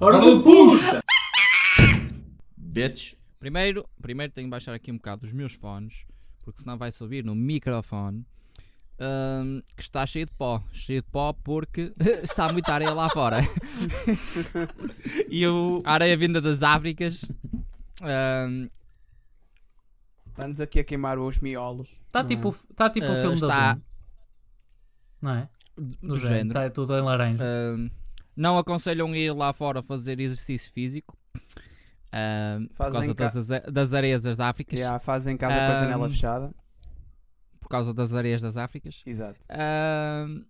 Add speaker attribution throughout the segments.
Speaker 1: Tá
Speaker 2: Ordo puxa!
Speaker 1: Bitch.
Speaker 3: Primeiro, primeiro tenho que baixar aqui um bocado os meus fones, porque senão vai subir no microfone. hum, que está cheio de pó, cheio de pó porque está muita areia lá fora.
Speaker 1: E eu.
Speaker 3: A areia vinda das Áfricas. Hum,
Speaker 4: Está-nos aqui a queimar os miolos.
Speaker 2: Está tipo, tá tipo o
Speaker 3: Eh,
Speaker 2: filme
Speaker 3: está-
Speaker 2: da Dune. Não é?
Speaker 3: do género.
Speaker 2: Está tudo em laranja.
Speaker 3: Hum, não aconselham ir lá fora fazer exercício físico. hum, por causa
Speaker 4: Fazem ca-
Speaker 3: das, aze- das areias das Áfricas.
Speaker 4: Já fazem em casa com a janela
Speaker 3: Ahm.
Speaker 4: fechada.
Speaker 3: Por causa das areias das Áfricas.
Speaker 4: Exato.
Speaker 3: Ahm,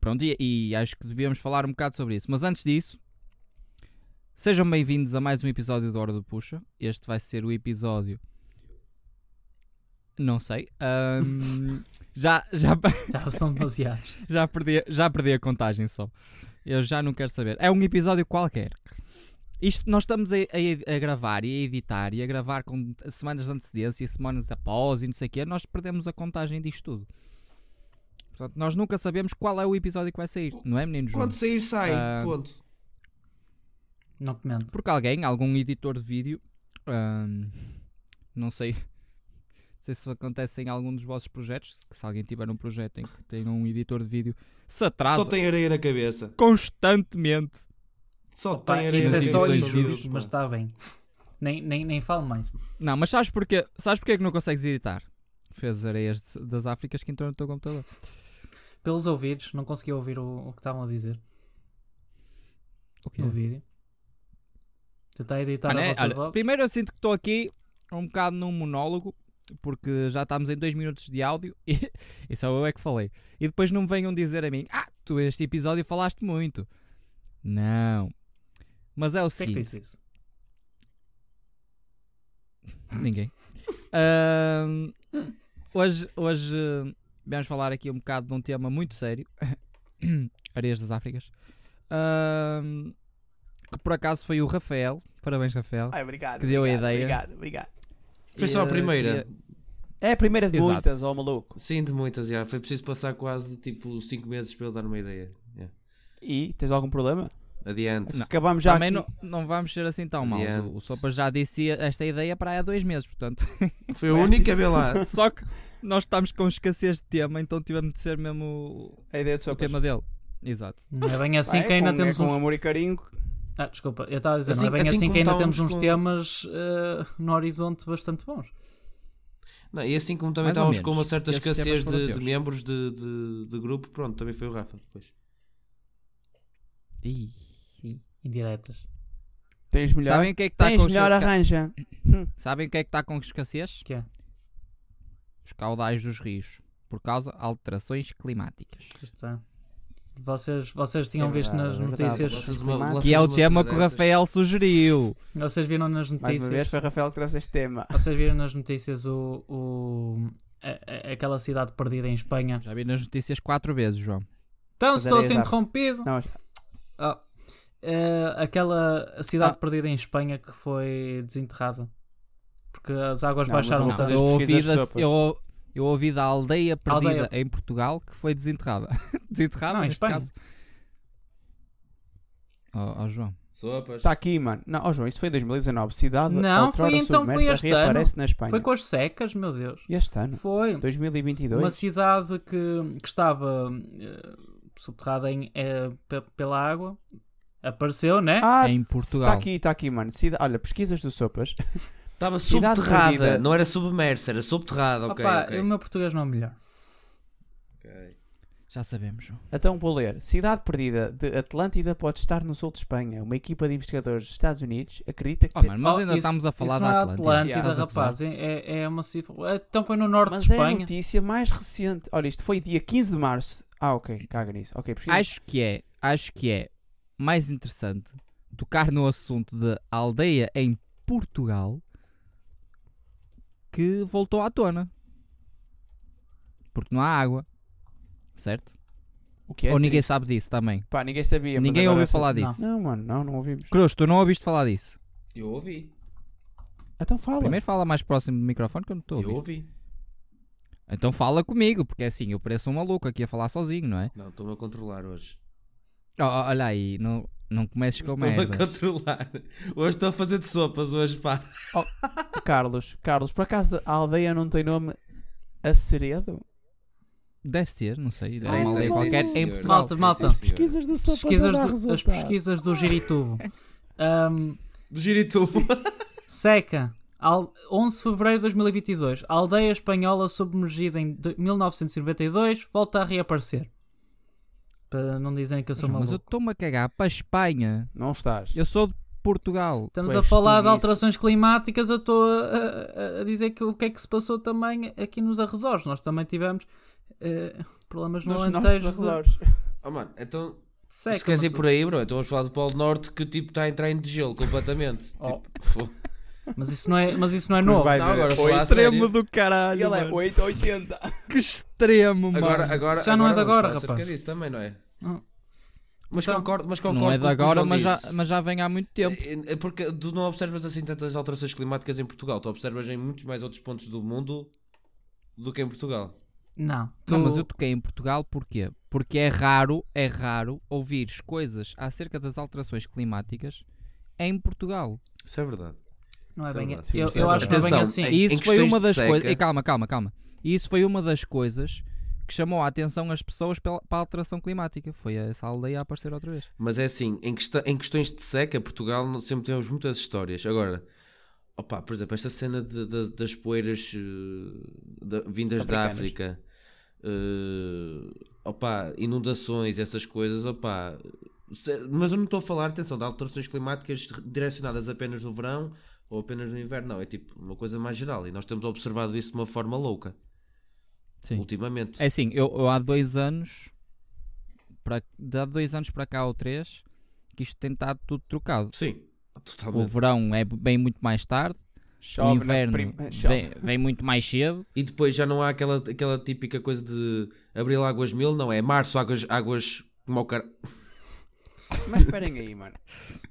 Speaker 3: pronto, e, e acho que devíamos falar um bocado sobre isso. Mas antes disso, sejam bem-vindos a mais um episódio do Hora do Puxa. Este vai ser o episódio. Não sei. Ahm, já, já,
Speaker 2: Já são demasiados.
Speaker 3: já, perdi, já perdi a contagem só. Eu já não quero saber. É um episódio qualquer. Isto nós estamos a, a- a gravar e a editar e a gravar com semanas de antecedência e semanas após e não sei o quê. Nós perdemos a contagem disto tudo. Portanto, nós nunca sabemos qual é o episódio que vai sair, não é, menino João?
Speaker 1: Quando sair, sai.
Speaker 3: Ah.
Speaker 1: Ponto.
Speaker 2: Não comento.
Speaker 3: Porque alguém, algum editor de vídeo, ahm, não sei, não sei se acontece em algum dos vossos projetos, que se alguém tiver um projeto em que tenha um editor de vídeo, se atrasa
Speaker 1: Só tem areia na cabeça.
Speaker 3: constantemente.
Speaker 1: Só
Speaker 2: Pá,
Speaker 1: tem areia
Speaker 2: isso
Speaker 1: na
Speaker 2: é
Speaker 3: tem
Speaker 2: só
Speaker 3: seis
Speaker 1: cabeça.
Speaker 2: injusto, mas está bem. Nem, nem, nem falo mais.
Speaker 3: Não, mas sabes porquê? Sabes porquê que não consegues editar? Fez areias de- das Áfricas que entrou no teu computador.
Speaker 2: Pelos ouvidos, não consegui ouvir o, o que estavam a dizer
Speaker 3: O quê?
Speaker 2: no vídeo. Tentei editar
Speaker 3: Mano,
Speaker 2: a
Speaker 3: é,
Speaker 2: Tá vossa
Speaker 3: olha,
Speaker 2: voz.
Speaker 3: primeiro eu sinto que estou aqui um bocado num monólogo, porque já estamos em dois minutos de áudio e, e só eu é que falei. E depois não me venham dizer a mim, ah, tu este episódio falaste muito. Não. Mas é o
Speaker 2: Quem é que
Speaker 3: seguinte,
Speaker 2: disse isso?
Speaker 3: Ninguém. Ahm, hoje hoje eh, vamos falar aqui um bocado de um tema muito sério: Areias das Áfricas. Ahm, que por acaso foi o Rafael, parabéns Rafael.
Speaker 4: Ai, obrigado.
Speaker 3: Que deu a
Speaker 4: obrigado,
Speaker 3: ideia.
Speaker 4: Obrigado, obrigado.
Speaker 1: Foi só a
Speaker 3: E, eh,
Speaker 1: primeira.
Speaker 4: É a primeira de
Speaker 3: Exato.
Speaker 4: muitas, ó maluco.
Speaker 1: Sim, de muitas já. Foi preciso passar quase tipo 5 meses para eu dar uma ideia.
Speaker 4: E tens algum problema?
Speaker 1: Adiante.
Speaker 3: Não.
Speaker 4: Acabamos já.
Speaker 3: Também
Speaker 4: aqui-
Speaker 3: não, não vamos ser assim tão maus.
Speaker 1: Adiante.
Speaker 3: O, o Sopa já disse esta ideia para aí há dois meses, portanto.
Speaker 1: Foi a única vez lá.
Speaker 3: Só que nós estamos com escassez de tema, então tivemos de ser mesmo o-
Speaker 4: A ideia do
Speaker 3: o,
Speaker 4: seu
Speaker 3: tema dele. Exato.
Speaker 2: Não é bem assim
Speaker 4: Vai,
Speaker 2: que ainda
Speaker 4: com,
Speaker 2: temos
Speaker 4: é com
Speaker 2: uns.
Speaker 4: amor e carinho.
Speaker 2: Ah, desculpa, eu estava a dizer, não é
Speaker 1: Assim-
Speaker 2: bem
Speaker 1: assim
Speaker 2: assim,
Speaker 1: como
Speaker 2: que ainda
Speaker 1: estávamos
Speaker 2: temos uns
Speaker 1: com-
Speaker 2: temas eh, no horizonte bastante bons.
Speaker 1: Não, e assim como também
Speaker 3: Mais ou
Speaker 1: estávamos
Speaker 3: menos.
Speaker 1: com uma certa
Speaker 3: Esses temas
Speaker 1: escassez
Speaker 3: foram
Speaker 1: de, de
Speaker 3: teus.
Speaker 1: membros de, de, de grupo, pronto, também foi o Rafa depois.
Speaker 3: Ih.
Speaker 2: Indiretas.
Speaker 4: Tens melhor.
Speaker 3: Sabem o que é que está
Speaker 4: Tens
Speaker 3: com
Speaker 4: melhor
Speaker 3: esca-
Speaker 4: arranja.
Speaker 3: Sabem o que é que está com escassez?
Speaker 2: Que é?
Speaker 3: os caudais dos rios por causa de alterações climáticas.
Speaker 2: Isto está. Vocês, vocês tinham
Speaker 4: É
Speaker 2: visto
Speaker 4: verdade,
Speaker 2: nas
Speaker 4: é verdade.
Speaker 2: notícias.
Speaker 4: Vocês-
Speaker 3: Que é o
Speaker 1: Tá, uma
Speaker 3: tema que o
Speaker 1: semana dessas.
Speaker 3: Rafael sugeriu.
Speaker 2: Vocês viram nas
Speaker 4: Mais uma
Speaker 2: notícias.
Speaker 4: vez foi Rafael que trouxe este tema.
Speaker 2: Vocês viram nas notícias o, o- a- a- aquela cidade perdida em Espanha?
Speaker 3: Já vi nas notícias quatro vezes, João.
Speaker 2: Então,
Speaker 4: Mas
Speaker 2: se estou a
Speaker 4: era
Speaker 2: ser
Speaker 4: exato.
Speaker 2: interrompido.
Speaker 4: Não,
Speaker 2: Ah, eh, aquela cidade
Speaker 3: Ah.
Speaker 2: perdida em Espanha que foi desenterrada porque as águas
Speaker 4: Não, mas
Speaker 2: baixaram
Speaker 4: não,
Speaker 3: Não,
Speaker 2: tanto.
Speaker 3: eu, ouvi
Speaker 4: pesquisas
Speaker 3: da,
Speaker 4: sopas.
Speaker 3: eu, eu ouvi da aldeia perdida
Speaker 2: Aldeia.
Speaker 3: em Portugal que foi desenterrada. desenterrada
Speaker 2: Não, em
Speaker 3: neste
Speaker 2: Espanha.
Speaker 3: caso. Ó ó, João.
Speaker 1: Sopas.
Speaker 4: está Tá aqui, mano. Não, ó João, isso foi em 2019. Cidade
Speaker 2: Não,
Speaker 4: outrora
Speaker 2: foi então,
Speaker 4: submersa
Speaker 2: foi este
Speaker 4: reaparece na Espanha.
Speaker 2: Foi com as secas, meu Deus.
Speaker 4: Este ano.
Speaker 2: Foi.
Speaker 4: 2022.
Speaker 2: Uma cidade que, que estava eh, subterrada em, eh, pe- pela água. Apareceu, né?
Speaker 4: Ah,
Speaker 3: Em Portugal.
Speaker 4: Está aqui, está aqui, mano. Cida... Olha, pesquisas do Sopas.
Speaker 1: Estava
Speaker 4: Cidade
Speaker 1: subterrada,
Speaker 4: perdida.
Speaker 1: não era submersa, era subterrada, ok.
Speaker 2: Opa,
Speaker 1: ok.
Speaker 2: o meu português não é o melhor.
Speaker 1: Ok.
Speaker 3: Já sabemos, João.
Speaker 4: Então vou ler. Cidade perdida de Atlântida pode estar no sul de Espanha. Uma equipa de investigadores dos Estados Unidos acredita que.
Speaker 3: Oh, mano, mas
Speaker 2: Oh,
Speaker 3: ainda
Speaker 2: isso-
Speaker 3: estamos a falar
Speaker 2: isso não
Speaker 3: da
Speaker 2: é
Speaker 3: Atlântida.
Speaker 2: Atlântida,
Speaker 3: Estás a gozar?
Speaker 2: rapaz. É, é uma cifra. Então foi no norte
Speaker 4: Mas
Speaker 2: de
Speaker 4: é a
Speaker 2: Espanha.
Speaker 4: notícia mais recente. Olha, isto foi dia 15 de março. Ah, ok, caga nisso. Ok, pesquisa.
Speaker 3: Acho que é, acho que é mais interessante tocar no assunto da aldeia em Portugal que voltou à tona. Porque não há água. Certo?
Speaker 4: O que é?
Speaker 3: Ou ninguém sabe disso também.
Speaker 4: Pá, ninguém sabia. mas
Speaker 3: ninguém
Speaker 4: agora
Speaker 3: ouviu
Speaker 4: essa-
Speaker 3: falar
Speaker 2: Não.
Speaker 3: disso.
Speaker 4: Não, mano, não, não ouvimos.
Speaker 3: Cruz, tu não ouviste falar disso.
Speaker 1: Eu ouvi,
Speaker 4: Então fala.
Speaker 3: Primeiro fala mais próximo do microfone que eu não estou a
Speaker 1: eu
Speaker 3: ouvir.
Speaker 1: ouvi.
Speaker 3: Então fala comigo, porque assim, eu pareço um maluco aqui a falar sozinho, não é?
Speaker 1: Não, estou-me a controlar hoje.
Speaker 3: Ó, ó, olha aí, não, Não comeces com
Speaker 1: Estou a
Speaker 3: merdas.
Speaker 1: controlar. Hoje estou a fazer de sopas, hoje pá.
Speaker 4: Carlos, Carlos, por acaso a aldeia não tem nome Aceredo?
Speaker 3: Deve ser, não sei. Deve
Speaker 4: Ai,
Speaker 3: ser uma
Speaker 4: Ah, não
Speaker 3: aldeia
Speaker 4: sei,
Speaker 3: qualquer
Speaker 4: senhor.
Speaker 3: em Portugal.
Speaker 2: Malta, malta.
Speaker 1: Sim, senhor.
Speaker 4: Pesquisas de sopa
Speaker 2: Pesquisas
Speaker 4: dá
Speaker 2: do- as
Speaker 4: resultado.
Speaker 2: pesquisas do Giritubo. Ahm,
Speaker 1: Do Giritubo.
Speaker 2: seca. Al- 11 de fevereiro de 2022. A aldeia espanhola submergida em do- 1992 volta a reaparecer. Para não dizerem que eu sou
Speaker 3: Mas eu
Speaker 2: maluco.
Speaker 3: estou-me a cagar para a Espanha.
Speaker 4: Não estás.
Speaker 3: Eu sou de Portugal.
Speaker 2: Estamos
Speaker 4: Pois,
Speaker 2: a falar de
Speaker 4: tudo isso.
Speaker 2: alterações climáticas. Eu estou a, a- a dizer que o que é que se passou também aqui nos arredores. Nós também tivemos eh, problemas no
Speaker 4: Nos
Speaker 2: Alentejo
Speaker 4: nossos
Speaker 2: de
Speaker 4: arredores.
Speaker 1: Oh, mano, então.
Speaker 2: de seca.
Speaker 1: se queres ir
Speaker 2: mas-
Speaker 1: por aí, bro, então vamos falar do Polo Norte que tipo está a entrar em degelo completamente.
Speaker 2: Oh.
Speaker 1: Tipo, fô.
Speaker 2: Mas isso não é, mas isso não é
Speaker 4: Cruz
Speaker 2: novo.
Speaker 4: vai
Speaker 1: Não,
Speaker 4: ver.
Speaker 1: agora
Speaker 3: O
Speaker 1: falar a
Speaker 3: extremo
Speaker 1: sério.
Speaker 3: do caralho.
Speaker 4: Ele é
Speaker 3: mano.
Speaker 4: 880.
Speaker 3: Que extremo, mano.
Speaker 1: Agora, agora,
Speaker 2: Já não é de
Speaker 1: vamos
Speaker 2: agora,
Speaker 1: falar acerca
Speaker 2: rapaz.
Speaker 1: Disso, também, não é?
Speaker 2: Não.
Speaker 1: Mas
Speaker 2: Então-
Speaker 1: concordo, mas concordo
Speaker 3: Não é
Speaker 1: com
Speaker 3: de
Speaker 1: o que o
Speaker 3: agora,
Speaker 1: João
Speaker 3: mas já,
Speaker 1: disse.
Speaker 3: mas já vem há muito tempo.
Speaker 1: É, é Porque tu não observas assim tantas alterações climáticas em Portugal, tu observas em muitos mais outros pontos do mundo do que em Portugal.
Speaker 2: Não, tu-
Speaker 3: Não, mas eu toquei em Portugal porquê? Porque é raro, é raro ouvires coisas acerca das alterações climáticas em Portugal.
Speaker 1: Isso é verdade.
Speaker 2: não é bem.
Speaker 1: Sim, sim,
Speaker 2: eu
Speaker 1: sim,
Speaker 2: eu
Speaker 1: é
Speaker 2: acho que não é bem
Speaker 1: verdade.
Speaker 2: assim.
Speaker 1: Atenção,
Speaker 3: E
Speaker 1: Em
Speaker 3: isso foi
Speaker 1: questões
Speaker 3: uma
Speaker 1: de
Speaker 3: das
Speaker 1: seca-
Speaker 3: coisas. e Calma, calma, calma. E isso foi uma das coisas que chamou a atenção as pessoas pela- para a alteração climática. Foi essa aldeia a aparecer outra vez.
Speaker 1: Mas é assim, em, questa- em questões de seca, Portugal não- sempre temos muitas histórias. Agora, opa, por exemplo, esta cena de- de- das poeiras eh, da- vindas da
Speaker 4: Africanas.
Speaker 1: África, eh, opa, inundações, essas coisas, opa. se- Mas eu não estou a falar, atenção, de alterações climáticas direcionadas apenas no verão ou apenas no inverno, não. É tipo uma coisa mais geral e nós temos observado isso de uma forma louca,
Speaker 3: Sim.
Speaker 1: ultimamente.
Speaker 3: É assim, eu, eu há dois anos, para, de há dois anos para cá ou três, que isto tem estado tudo trocado.
Speaker 1: Sim,
Speaker 3: O
Speaker 1: totalmente.
Speaker 3: verão é bem muito mais tarde, o
Speaker 4: Chove na
Speaker 3: inverno
Speaker 4: prim- chove.
Speaker 3: vem, vem muito mais cedo.
Speaker 1: E depois já não há aquela, aquela típica coisa de abril águas mil, não é? Março águas, águas como ao car...
Speaker 4: Mas esperem aí, mano.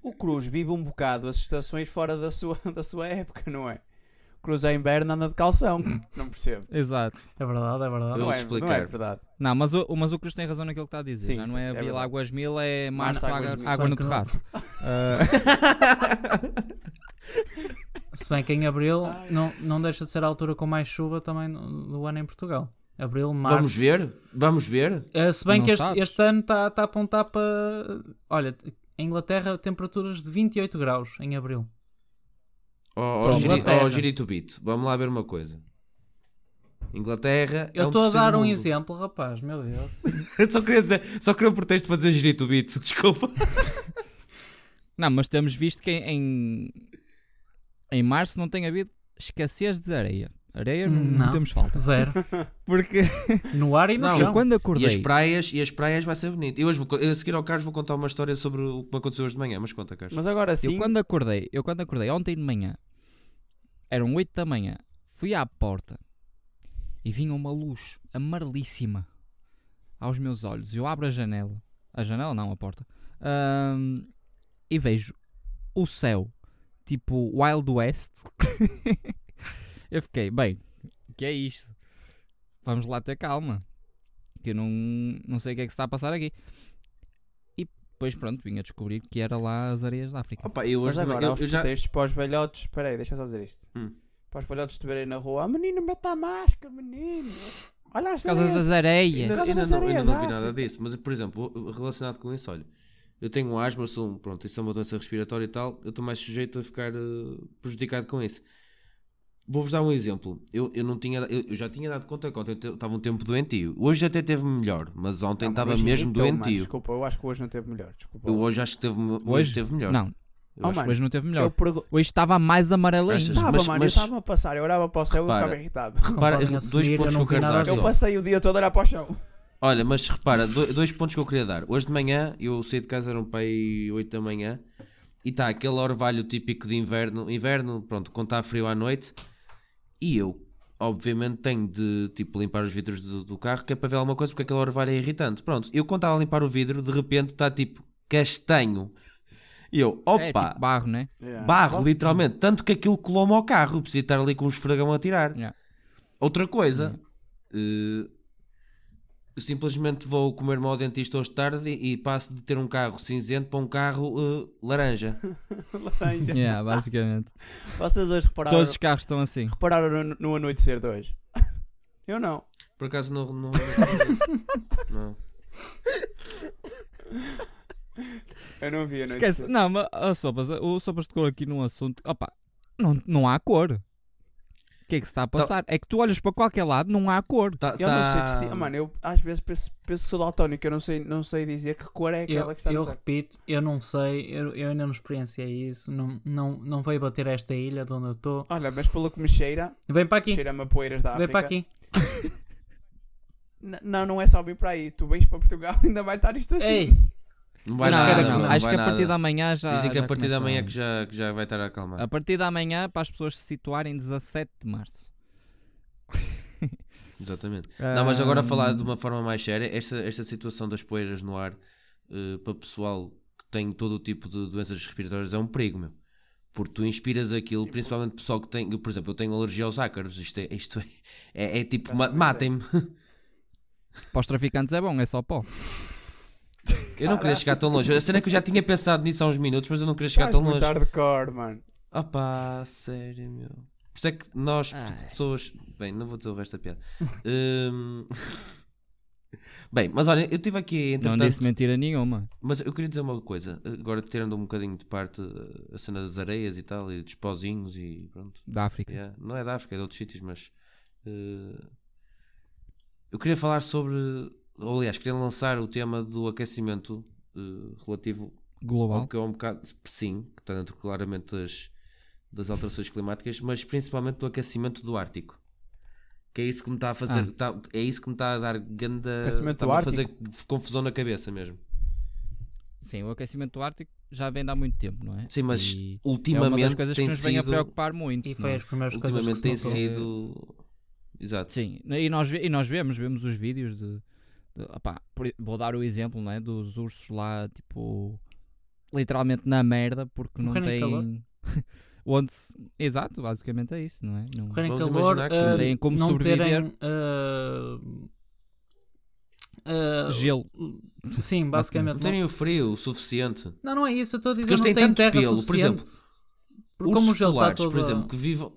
Speaker 4: O Cruz vive um bocado as estações fora da sua, da sua época, não é? Cruz é inverno, anda de calção. Não percebo.
Speaker 3: Exato.
Speaker 2: É verdade, é verdade.
Speaker 1: Eu-
Speaker 4: Não
Speaker 1: vou-vos
Speaker 4: é, não é
Speaker 1: explicar.
Speaker 4: verdade.
Speaker 3: Não, mas o, mas o Cruz tem razão naquilo que está a dizer.
Speaker 4: Sim,
Speaker 3: já
Speaker 4: sim,
Speaker 3: não
Speaker 4: é
Speaker 3: é Abril
Speaker 4: verdade.
Speaker 3: Águas Mil, é Março
Speaker 4: Março,
Speaker 3: Água,
Speaker 4: Águas
Speaker 2: Mil.
Speaker 3: água no
Speaker 2: Claro que não.
Speaker 3: Terraço. Ah,
Speaker 2: Se bem que em abril
Speaker 4: Ai.
Speaker 2: não, não deixa de ser a altura com mais chuva também no- do ano em Portugal. Abril, março.
Speaker 1: Vamos ver? Vamos ver?
Speaker 2: Eh, se bem
Speaker 3: Não
Speaker 2: que este,
Speaker 3: sabes.
Speaker 2: este ano está tá a apontar para. Olha, em Inglaterra temperaturas de 28 graus em abril.
Speaker 1: Ó
Speaker 2: Para
Speaker 1: oh,
Speaker 2: a Inglaterra.
Speaker 1: Giritubito, vamos lá ver uma coisa. Inglaterra. é
Speaker 2: Eu
Speaker 1: um
Speaker 2: estou a
Speaker 1: terceiro
Speaker 2: dar um
Speaker 1: mundo.
Speaker 2: exemplo, rapaz, meu Deus.
Speaker 1: só queria dizer, só queria um pretexto para dizer Giritubito, desculpa.
Speaker 3: não, mas temos visto que em, em, em Março não tem havido escassez de areia. Areia não, não
Speaker 2: Não.
Speaker 3: temos falta.
Speaker 2: Zero.
Speaker 3: Porque
Speaker 2: No ar e no
Speaker 1: Não,
Speaker 2: chão.
Speaker 3: eu quando
Speaker 1: E as
Speaker 3: acordei,
Speaker 1: praias, e as praias vai ser bonito. Eu, hoje vou co- eu a seguir ao Carlos vou contar uma história sobre o que me aconteceu hoje de manhã, mas conta, Carlos.
Speaker 4: Mas agora
Speaker 3: eu
Speaker 4: sim,
Speaker 3: quando acordei, eu quando acordei ontem de manhã, eram 8 da manhã, fui à porta e vinha uma luz amarelíssima aos meus olhos. Eu abro a janela, a janela não, a porta, Ahm, e vejo o céu, tipo Wild West. eu fiquei, bem, o que é isto? Vamos lá ter calma, que eu não, não sei o que é que se está a passar aqui. E depois, pronto, vim a descobrir que era lá as areias da África.
Speaker 1: Opa, eu
Speaker 4: mas
Speaker 1: hoje
Speaker 4: agora
Speaker 1: também- eu,
Speaker 4: aos
Speaker 1: eu já.
Speaker 4: pretextos para os velhotes. Espera aí, deixa eu só dizer isto.
Speaker 1: Hum.
Speaker 4: Para os velhotes estiverem na rua. Ah, menino, mete a máscara, menino. Olha as
Speaker 3: Por causa
Speaker 1: Ah,
Speaker 4: areias.
Speaker 3: das areias.
Speaker 1: Ainda,
Speaker 4: Por causa
Speaker 1: ainda
Speaker 4: das
Speaker 1: não, ainda
Speaker 4: areias
Speaker 1: não
Speaker 4: da
Speaker 1: vi nada
Speaker 4: África.
Speaker 1: disso, mas por exemplo, relacionado com isso, olha, eu tenho asma, sou um, pronto, isso é uma doença respiratória e tal, eu estou mais sujeito a ficar eh, prejudicado com isso. Vou-vos dar um exemplo. Eu, eu não tinha, eu, eu já tinha dado conta que ontem eu estava um tempo doentio. Hoje até teve melhor, mas ontem
Speaker 4: Não,
Speaker 1: estava
Speaker 4: Ah, mas
Speaker 1: mesmo
Speaker 4: irritou, Então, mano.
Speaker 1: doentio.
Speaker 4: Desculpa, eu acho que hoje não teve melhor. Desculpa.
Speaker 1: Eu hoje acho que teve, hoje
Speaker 3: Hoje?
Speaker 1: teve melhor.
Speaker 3: Não,
Speaker 1: Eu
Speaker 4: Oh,
Speaker 1: acho-
Speaker 4: mano,
Speaker 3: hoje não teve melhor.
Speaker 4: Eu pergunto.
Speaker 3: Hoje estava mais amarelo
Speaker 1: Achas?
Speaker 3: ainda.
Speaker 4: Estava,
Speaker 1: Mas-
Speaker 4: mano,
Speaker 1: mas-
Speaker 4: eu estava a passar. Eu olhava para o céu e
Speaker 1: Repara.
Speaker 4: ficava irritado.
Speaker 1: Repara,
Speaker 2: podem
Speaker 1: dois pontos
Speaker 2: assumir, eu
Speaker 1: que eu
Speaker 2: não vi
Speaker 1: quero
Speaker 2: nada
Speaker 1: dar,
Speaker 4: Eu
Speaker 1: Só.
Speaker 2: disso.
Speaker 4: passei o dia todo a olhar para o chão.
Speaker 1: Olha, mas repara, do- dois pontos que eu queria dar. Hoje de manhã, eu saí de casa, eram para aí 8 da manhã, e está aquele orvalho típico de inverno, inverno, pronto, quando está frio à noite, e eu, obviamente, tenho de, tipo, limpar os vidros do, do carro, que é para ver alguma coisa, porque aquele orvalho é irritante. Pronto, eu quando estava a limpar o vidro, de repente está, tipo, castanho. E eu, opa,
Speaker 3: É tipo barro, né?
Speaker 1: barro, literalmente, tanto que aquilo colou-me ao carro, eu preciso estar ali com um esfregão a tirar.
Speaker 3: Yeah.
Speaker 1: Outra coisa, eh, eu simplesmente vou comer-me ao dentista hoje tarde e passo de ter um carro cinzento para um carro eh, laranja.
Speaker 4: Laranja.
Speaker 3: Yeah, basicamente.
Speaker 4: Vocês hoje repararam,
Speaker 3: Todos os carros estão assim.
Speaker 4: repararam no, no anoitecer de hoje? Eu não.
Speaker 1: Por acaso não. Não. não.
Speaker 4: Eu não vi anoitecer.
Speaker 3: Esquece. Não, mas ó, Sopas, o Sopas tocou aqui num assunto. Opa, não, não há cor. O que é que se está a
Speaker 1: Então-
Speaker 3: passar? É que tu olhas para qualquer lado, não há cor.
Speaker 1: Tá,
Speaker 4: Eu não sei
Speaker 1: tá-
Speaker 4: distinguir. Mano, eu às vezes penso, penso que sou daltónico. Eu não sei, não sei dizer que cor é aquela
Speaker 2: Eu,
Speaker 4: que está
Speaker 2: eu
Speaker 4: no céu.
Speaker 2: repito, eu não sei, eu, eu ainda não experienciei isso, não, não, não veio bater a esta ilha de onde eu estou.
Speaker 4: Olha, mas pelo que me cheira,
Speaker 2: Vem para aqui,
Speaker 4: cheira-me a poeiras da
Speaker 2: vem
Speaker 4: África.
Speaker 2: para aqui.
Speaker 4: N- Não, não é só vir para aí. Tu vens para Portugal ainda vai estar isto assim.
Speaker 2: Ei,
Speaker 1: Não
Speaker 3: Não,
Speaker 1: vai nada,
Speaker 3: não,
Speaker 2: não,
Speaker 1: não
Speaker 3: acho
Speaker 1: vai
Speaker 3: que a partir
Speaker 1: nada.
Speaker 3: da manhã já.
Speaker 1: Dizem que
Speaker 3: já
Speaker 1: a partir da
Speaker 3: começa
Speaker 1: manhã é
Speaker 3: a-
Speaker 1: que já, que já vai estar a acalmar.
Speaker 3: A partir da manhã, para as pessoas se situarem, 17 de março.
Speaker 1: Exatamente. Não, mas agora a
Speaker 3: Ahm,
Speaker 1: falar de uma forma mais séria, esta, esta situação das poeiras no ar eh, para o pessoal que tem todo o tipo de doenças respiratórias é um perigo, meu. Porque tu inspiras aquilo, principalmente o pessoal que tem, por exemplo, eu tenho alergia aos ácaros, isto é, isto é, é- é tipo, ma-
Speaker 4: Basicamente é.
Speaker 1: matem-me.
Speaker 3: Para os traficantes é bom, é só pó.
Speaker 1: Eu não queria chegar tão longe. A cena é que eu já tinha pensado nisso há uns minutos, mas eu não queria chegar
Speaker 4: Estás
Speaker 1: tão longe.
Speaker 4: muito hardcore, mano.
Speaker 1: Opa, sério, meu. Por isso é que nós,
Speaker 3: Ai.
Speaker 1: pessoas. Bem, não vou dizer o resto da piada. Hum, Bem, mas olha, eu tive aqui,
Speaker 3: Não
Speaker 1: entretanto,
Speaker 3: disse mentira nenhuma.
Speaker 1: mas eu queria dizer uma coisa, agora tirando um bocadinho de parte uh, a cena das areias e tal, e dos pozinhos e pronto.
Speaker 3: Da África.
Speaker 1: Yeah. Não é da África, é de outros sítios, mas. uh, eu queria falar sobre. Ou, aliás, queria lançar o tema do aquecimento uh, relativo
Speaker 3: Global.
Speaker 1: porque é um bocado, sim, que está dentro claramente das, das alterações climáticas, mas principalmente do aquecimento do Ártico. Que é isso que me está a fazer,
Speaker 3: Ah.
Speaker 1: tá- é isso que me está a dar ganda,
Speaker 4: Aquecimento do
Speaker 1: está a fazer confusão na cabeça mesmo.
Speaker 3: Sim, o aquecimento do Ártico já vem de há muito tempo, não é?
Speaker 1: Sim, mas
Speaker 3: E é
Speaker 1: ultimamente
Speaker 3: uma das coisas que
Speaker 1: tem
Speaker 3: nos vem a
Speaker 1: sido,
Speaker 3: preocupar muito.
Speaker 2: e
Speaker 3: não
Speaker 2: foi
Speaker 3: é?
Speaker 2: as primeiras coisas que
Speaker 1: ultimamente
Speaker 2: se
Speaker 1: tem
Speaker 2: notou.
Speaker 1: sido, exato,
Speaker 3: Sim, e nós, ve- e nós vemos, vemos os vídeos de. de- opá, por e- vou dar o exemplo não é, dos ursos lá, tipo, literalmente na merda, porque não
Speaker 2: Morrerem de
Speaker 3: têm. onde se- Exato, basicamente é isso, não é? Não-
Speaker 2: Morrerem de
Speaker 1: Vamos
Speaker 2: calor,
Speaker 1: imaginar que
Speaker 2: ah,
Speaker 1: não
Speaker 3: têm como
Speaker 2: não terem... eh,
Speaker 3: sobreviver.
Speaker 2: ah, ah,
Speaker 3: Gelo.
Speaker 2: Sim,
Speaker 1: não
Speaker 2: basicamente.
Speaker 1: terem o frio o suficiente.
Speaker 2: Não, não é isso, eu estou a dizer
Speaker 1: Porque eles têm
Speaker 2: não têm
Speaker 1: tanto
Speaker 2: terra
Speaker 1: pelo, por exemplo,
Speaker 2: suficiente. Porque como o
Speaker 1: Ursos
Speaker 2: gelo está
Speaker 3: tá
Speaker 1: polares,
Speaker 2: todo...
Speaker 1: por exemplo, que vivam,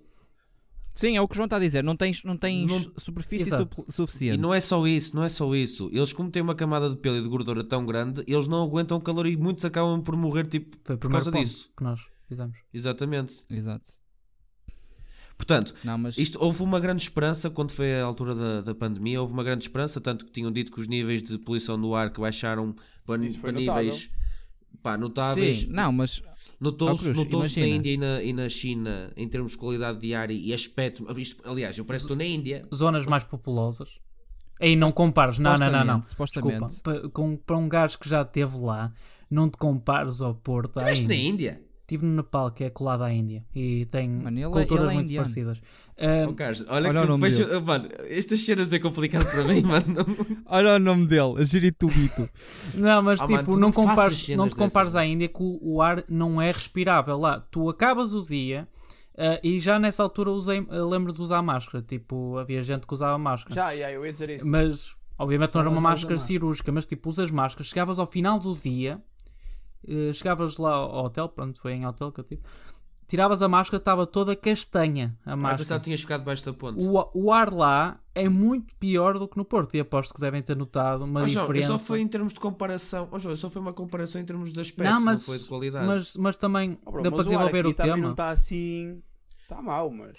Speaker 3: Sim, é o que o João está a dizer, não tens, não tens
Speaker 1: Não-
Speaker 3: superfície
Speaker 2: Exato.
Speaker 3: su-
Speaker 1: E
Speaker 3: suficiente.
Speaker 1: não é só isso, não é só isso. Eles, como têm uma camada de pelo e de gordura tão grande, eles não aguentam o calor e muitos acabam por morrer, tipo,
Speaker 2: Foi o
Speaker 1: por
Speaker 2: primeiro
Speaker 1: causa
Speaker 2: ponto
Speaker 1: disso.
Speaker 2: que nós fizemos.
Speaker 1: Exatamente.
Speaker 3: Exato.
Speaker 1: Portanto,
Speaker 3: Não, mas.
Speaker 1: isto, houve uma grande esperança quando foi a altura da, da pandemia, houve uma grande esperança, tanto que tinham dito que os níveis de poluição do ar que baixaram para,
Speaker 4: Isso foi
Speaker 1: para níveis pá, notáveis.
Speaker 3: Sim, não, mas Ó,
Speaker 1: Notou-se
Speaker 3: Cruz,
Speaker 1: notou na
Speaker 3: imagina.
Speaker 1: Índia e na, e na China, em termos de qualidade de ar e e aspecto. Isto, aliás, eu parece que estou na Índia.
Speaker 2: Zonas mais populosas. Aí não compares, não, não, não, não.
Speaker 3: Supostamente.
Speaker 2: Desculpa, pa- com- para um gajo que já esteve lá, não te compares ao Porto. à
Speaker 1: Estiveste na
Speaker 2: Índia.
Speaker 1: Índia?
Speaker 2: Estive no Nepal, que é colado à Índia, e tem
Speaker 3: Mano, ele é-
Speaker 2: culturas
Speaker 3: ele é
Speaker 2: muito
Speaker 3: indiano.
Speaker 2: parecidas. Ah,
Speaker 1: Oh, Carlos, olha,
Speaker 3: Olha
Speaker 1: que
Speaker 3: o nome
Speaker 1: depois, mano, estas cenas é complicado para mim, mano.
Speaker 3: Olha o nome dele, Giritubito.
Speaker 2: Não, mas
Speaker 1: Ah, mano,
Speaker 2: tipo,
Speaker 1: tu
Speaker 2: não,
Speaker 1: não faças
Speaker 2: compares,
Speaker 1: cenas
Speaker 2: não te
Speaker 1: dessas,
Speaker 2: compares à
Speaker 1: mano.
Speaker 2: Índia que o, o ar não é respirável lá. Tu acabas o dia ah, e já nessa altura usei, ah, lembro de usar máscara. Tipo, havia gente que usava máscara.
Speaker 4: Já, já, eu ia dizer isso.
Speaker 2: Mas, obviamente, não
Speaker 4: Estavas a
Speaker 2: era uma
Speaker 4: usar
Speaker 2: máscara
Speaker 4: máscara.
Speaker 2: cirúrgica, mas tipo, usas máscaras. Chegavas ao final do dia, eh, chegavas lá ao ao hotel, pronto, foi em hotel que eu tive. Tiravas a máscara, estava toda castanha a
Speaker 1: Ah, pensava
Speaker 2: máscara.
Speaker 1: que tinhas ficado debaixo da ponte.
Speaker 2: O, o ar lá é muito pior do que no Porto e aposto que devem ter notado uma
Speaker 1: Oh, João, eu
Speaker 2: diferença.
Speaker 1: só foi em termos de comparação. Oh, João, só foi uma comparação em termos de aspecto,
Speaker 2: Não, mas,
Speaker 1: foi de qualidade.
Speaker 2: Mas, mas também
Speaker 4: Oh, bro,
Speaker 2: deu
Speaker 4: mas
Speaker 2: para desenvolver
Speaker 4: ar
Speaker 2: o,
Speaker 4: aqui também
Speaker 2: tema.
Speaker 4: não está assim... Está mal, mas...